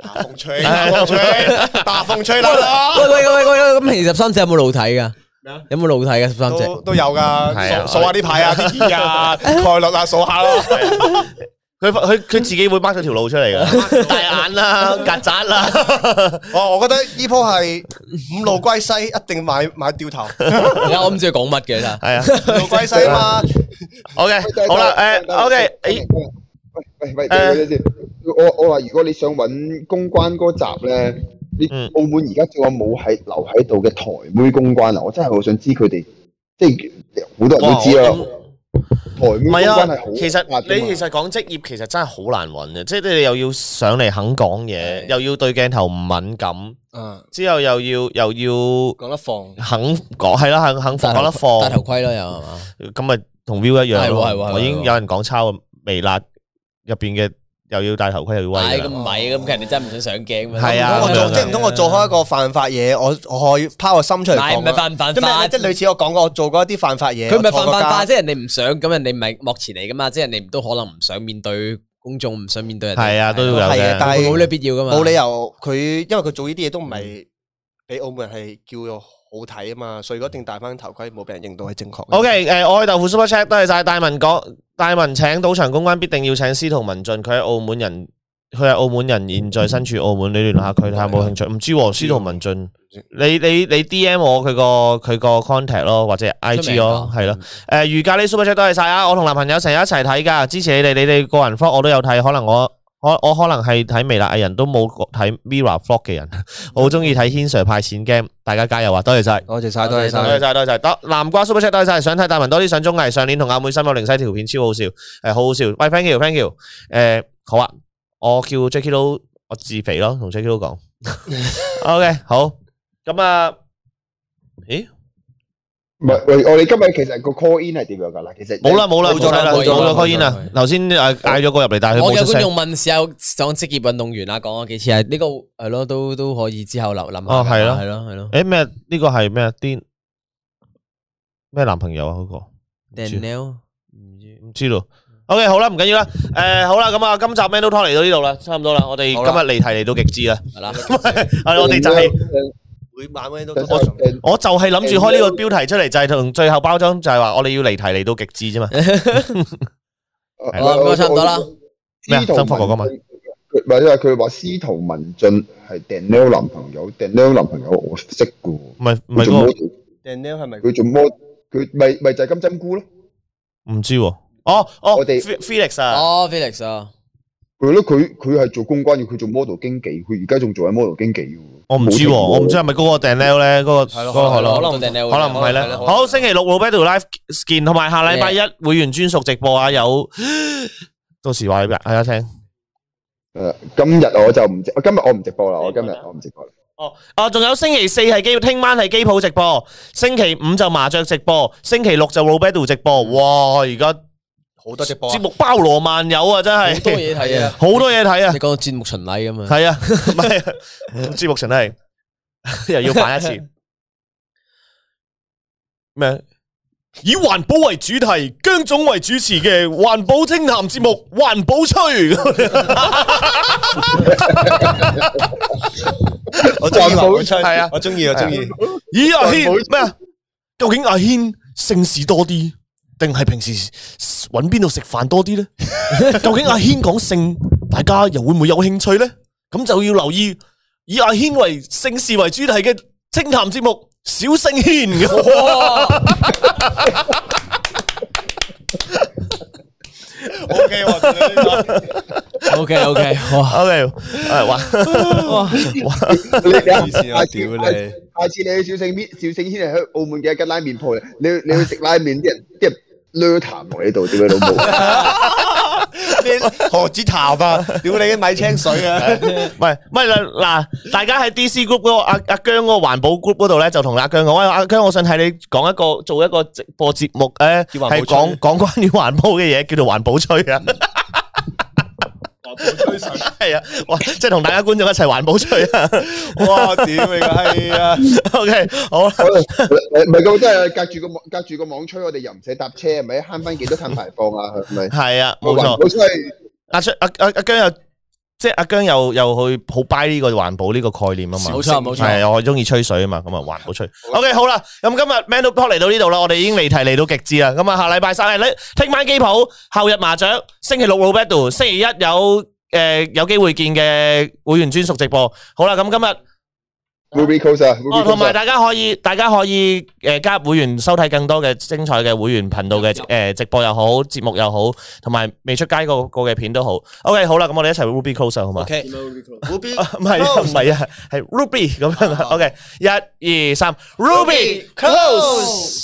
Speaker 3: 大風吹，大風吹，大風吹啦啦，
Speaker 1: 喂喂喂喂，咁平時十三隻有冇露體㗎？有冇露體㗎？十三隻
Speaker 3: 都都有噶，
Speaker 2: 係啊
Speaker 3: 數數下啲牌啊，啲 二啊，概率啊，數下咯。
Speaker 2: 佢佢佢自己會 mark 咗條路出嚟㗎，大眼啦，曱甴 啦。
Speaker 3: 哦我我覺得呢鋪係五路歸西，一定買買掉頭，
Speaker 1: 而家我唔知佢講乜嘅啦。
Speaker 2: 系 啊
Speaker 3: 五路歸 西啊嘛。
Speaker 2: ，OK，好啦，诶，OK，诶，
Speaker 4: 喂喂喂，等陣先我我話如果你想揾公關嗰集咧，你
Speaker 2: 嗯
Speaker 4: 澳門而家仲有冇喺留喺度嘅台妹公關啊？我真係好想知佢哋，即係好多人都知
Speaker 2: 哇
Speaker 4: 啊
Speaker 2: 我。
Speaker 4: 台妹
Speaker 2: 唔
Speaker 4: 公
Speaker 2: 係
Speaker 4: 關
Speaker 2: 啊
Speaker 4: 係好，
Speaker 2: 其實
Speaker 4: 複雜㗎嘛
Speaker 2: 你其實
Speaker 1: 啊
Speaker 2: 講職業其實真係好難揾嘅，即係你又要上嚟肯講嘢，又要對鏡頭唔敏感，
Speaker 1: 啊
Speaker 3: 嗯，
Speaker 2: 之後又要又要
Speaker 3: 講得放。
Speaker 2: 肯講，係啦，肯肯放講得
Speaker 1: 戴頭
Speaker 2: 放，
Speaker 1: 盔咯，又係嘛？
Speaker 2: 咁咪同 View 一樣
Speaker 1: 係喎係喎係
Speaker 2: 咯。
Speaker 1: 喎
Speaker 2: 我已經有人講抄微辣入邊嘅，又要戴頭盔又要威
Speaker 1: 唉，咁
Speaker 2: 㗎啦，
Speaker 1: 唔係咁，人哋真係唔想上鏡嘛。
Speaker 2: 係啊
Speaker 3: 我
Speaker 2: 咁
Speaker 3: 做
Speaker 2: 樣
Speaker 3: 即係唔通我做開一個犯法嘢，我我可以拋個心出嚟
Speaker 1: 係
Speaker 3: 講啊
Speaker 1: 唔係犯唔犯
Speaker 3: 即係
Speaker 1: 法
Speaker 3: 咩？即係類似我講過，我做過一啲犯法嘢。
Speaker 1: 佢唔係犯
Speaker 3: 我坐過
Speaker 1: 犯法，
Speaker 3: 監
Speaker 1: 即係人哋唔想，咁人哋唔係幕前嚟噶嘛，即係人哋都可能唔想面對公眾，唔想面對人哋。
Speaker 2: 係啊，都要有
Speaker 3: 係啊
Speaker 2: 嘅
Speaker 3: 但。
Speaker 1: 冇呢必要噶嘛。
Speaker 3: 冇理由嗯佢，因為佢做呢啲嘢都唔係俾澳門人係叫做好睇啊嘛，所以一定戴翻頭盔，冇俾人認到係正確嘅。
Speaker 2: O K，诶，我去豆腐 Super Chat，多謝晒大文講，大文請賭場公關必定要請司徒文進，佢係澳門人，佢係澳門人，現在身處澳門，你聯絡下佢睇下有冇興趣。唔知喎，司徒文進，你你你 D M 我佢個佢個 contact 咯，或者 I G 咯，係咯。诶，瑜伽呢 Super Chat 多謝晒啊！我同男朋友成日一齊睇㗎，支持你哋，你哋個人科我都有睇，可能我。我我可能係睇微辣藝人都冇睇 Mira Vlog 嘅人，我好中意睇 Hin Sir 派錢 game，大家加油啊！多謝晒。
Speaker 7: 多謝晒，多謝
Speaker 2: 多
Speaker 7: 晒
Speaker 2: 謝。晒，多謝晒，得南瓜 super chat 多謝晒，想睇大文多啲上綜藝，上年同阿妹心有靈犀條片超好笑，誒好好笑，喂 thank you，thank you，誒好啊，我叫 Jacky Lou，我自肥咯，同 Jacky Lou 講，OK 好，咁啊，咦
Speaker 4: 唔係，喂，我哋今日其實個 call in 係點樣㗎啦？其實
Speaker 2: 冇啦冇啦冇
Speaker 1: 冇咗
Speaker 2: 咗
Speaker 1: 啦
Speaker 2: 啦冇
Speaker 1: 冇咗啦
Speaker 2: 咗 call in 啦
Speaker 1: 冇咗，
Speaker 2: 頭先誒嗌咗個入嚟，但係佢
Speaker 1: 我
Speaker 2: 冇
Speaker 1: 有
Speaker 2: 出
Speaker 1: 觀
Speaker 2: 聲
Speaker 1: 眾，問是有講職業運動員啊，講咗幾次啊，呢個係咯，都都可以之後留諗下。
Speaker 2: 哦係咯
Speaker 1: 係咯，係咯。
Speaker 2: 誒咩呢個係咩啲咩男朋友啊嗰個？
Speaker 1: Daniel 唔知
Speaker 2: 唔知道。OK，好啦，唔緊要啦。誒好啦，咁啊，今集 Man Talk 嚟到呢度啦，差唔多啦，我哋今
Speaker 7: 好
Speaker 2: 日
Speaker 7: 啦
Speaker 2: 離題嚟到極致啦。
Speaker 1: 係啦。
Speaker 2: 係我哋就係
Speaker 3: 每晚 咧都
Speaker 4: 我
Speaker 3: 通常
Speaker 2: 我就係諗住開呢個標題出嚟，就係同最後包裝就係話我哋要離題嚟到極致啫嘛。係
Speaker 1: 好啦咁啊差唔多啦。
Speaker 2: 咩啊
Speaker 4: 司徒
Speaker 2: 曾福哥講
Speaker 4: 文佢唔係佢話司徒文進係 Daniel 男朋友，Daniel 男朋友我識嘅喎，
Speaker 2: 唔係唔
Speaker 4: 佢
Speaker 2: 係
Speaker 4: 做
Speaker 2: 嗰
Speaker 4: model，
Speaker 3: Daniel 係咪？
Speaker 4: 佢做 model，佢咪咪就係金針菇咯。
Speaker 2: 個唔知喎。哦哦，
Speaker 4: 我哋
Speaker 2: Fe- Felix 啊，
Speaker 1: 哦，Felix 啊，
Speaker 4: 佢咯，佢佢係做公關嘅，佢做 model 經紀，佢而家仲做緊 model 經紀嘅喎。
Speaker 2: 我唔知喎，我唔知係咪嗰個 Daniel 咧，嗰個嗰個可能
Speaker 1: 可能 Daniel
Speaker 2: 可能唔係
Speaker 7: 可
Speaker 2: 咧。
Speaker 7: 能
Speaker 2: 好，星期六 Roberto Live 見，同埋下禮拜一會員專屬直播啊，有 到時話俾大家聽。
Speaker 4: 誒，今日我就唔直，今日我唔直播啦，我今日我唔直播啦。
Speaker 2: 哦，啊，仲有星期四係機，聽晚係機鋪直播，星期五就麻雀直播，星期六就 Roberto 直播。哇，而家
Speaker 3: 好多隻波啊
Speaker 2: 節目包羅萬有啊，真
Speaker 1: 好多
Speaker 2: 係
Speaker 1: 嘢睇啊！
Speaker 2: 好多嘢睇啊
Speaker 1: 你！講到節目巡禮 咁啊，
Speaker 2: 系啊，唔系朱木纯都系 又要扮一次咩？以环保为主题，姜总为主持嘅环保清谈节目《环保吹》，
Speaker 3: 我中意
Speaker 4: 環
Speaker 3: 環
Speaker 4: 保
Speaker 3: 保吹，
Speaker 2: 係啊
Speaker 3: 我中意，我中意。
Speaker 2: 咦阿轩
Speaker 4: 環保
Speaker 2: 咩啊？究竟阿轩姓氏多啲，定系平时搵边度食饭多啲咧？ 究竟阿轩讲姓，大家又会唔会有兴趣咧？咁就要留意以阿轩为姓氏为主题嘅清谈节目《小姓轩》
Speaker 3: O K，我中意呢個
Speaker 1: OK OK，哇，
Speaker 2: O K，诶，哇，
Speaker 4: 你你
Speaker 3: 黐線啊
Speaker 4: 下次
Speaker 3: 屌你
Speaker 4: 下次下次你去小聖軒，小聖軒係喺澳門嘅一間拉麵鋪嚟，你去你去食拉麵，啲人啲人掠談我呢度，屌你老母！
Speaker 3: 你 何止談啊？屌你啲米清水啊！
Speaker 2: 唔係唔係嗱，嗱大家喺 D C Group 嗰個阿阿姜嗰個環保 group 嗰度咧，就同阿姜講，喂阿姜，我想睇你講一個做一個直播節目咧，
Speaker 3: 叫環保吹
Speaker 2: 係講講關於環保嘅嘢，叫做環保吹啊。係啊，哇！即係同大家觀眾一齊環保吹啊。
Speaker 3: 哇！屌你個閪 啊！
Speaker 2: OK，好啦，
Speaker 4: 唔係咁，真係隔住個網隔住個網吹，我哋又唔使搭車，係咪慳翻幾多碳排放啊？係咪？
Speaker 2: 係啊，冇錯。
Speaker 4: 冇吹，
Speaker 2: 阿張阿阿阿姜又即係阿姜又又去好 buy 呢個環保呢個概念啊嘛。
Speaker 1: 冇錯冇錯。
Speaker 2: 系我中意吹水啊嘛，咁啊環保吹。OK，好啦，咁今日 Man Talk 嚟到呢度啦，我哋已經離題嚟到極致啦。咁啊，下禮拜三咧，聽晚機鋪，後日麻雀，星期六 r o b e t o 星期一有诶、有機會見嘅會員專屬直播。好啦，咁今日。
Speaker 4: 會 be close 啊
Speaker 2: 哦，
Speaker 4: ，will be
Speaker 2: 同
Speaker 4: close
Speaker 2: 埋
Speaker 4: 啊。
Speaker 2: 大家可以，大家可以誒、呃加入會員收睇更多嘅精彩嘅會員頻道嘅誒、呃直播又好，節目又好，同埋未出街個個嘅片都好。OK，好啦，咁我哋一齊 Ruby close 啊好嘛
Speaker 3: OK，虎邊
Speaker 2: 啊唔係啊唔係啊，係 Ruby 咁樣啊。OK，一二三，Ruby close。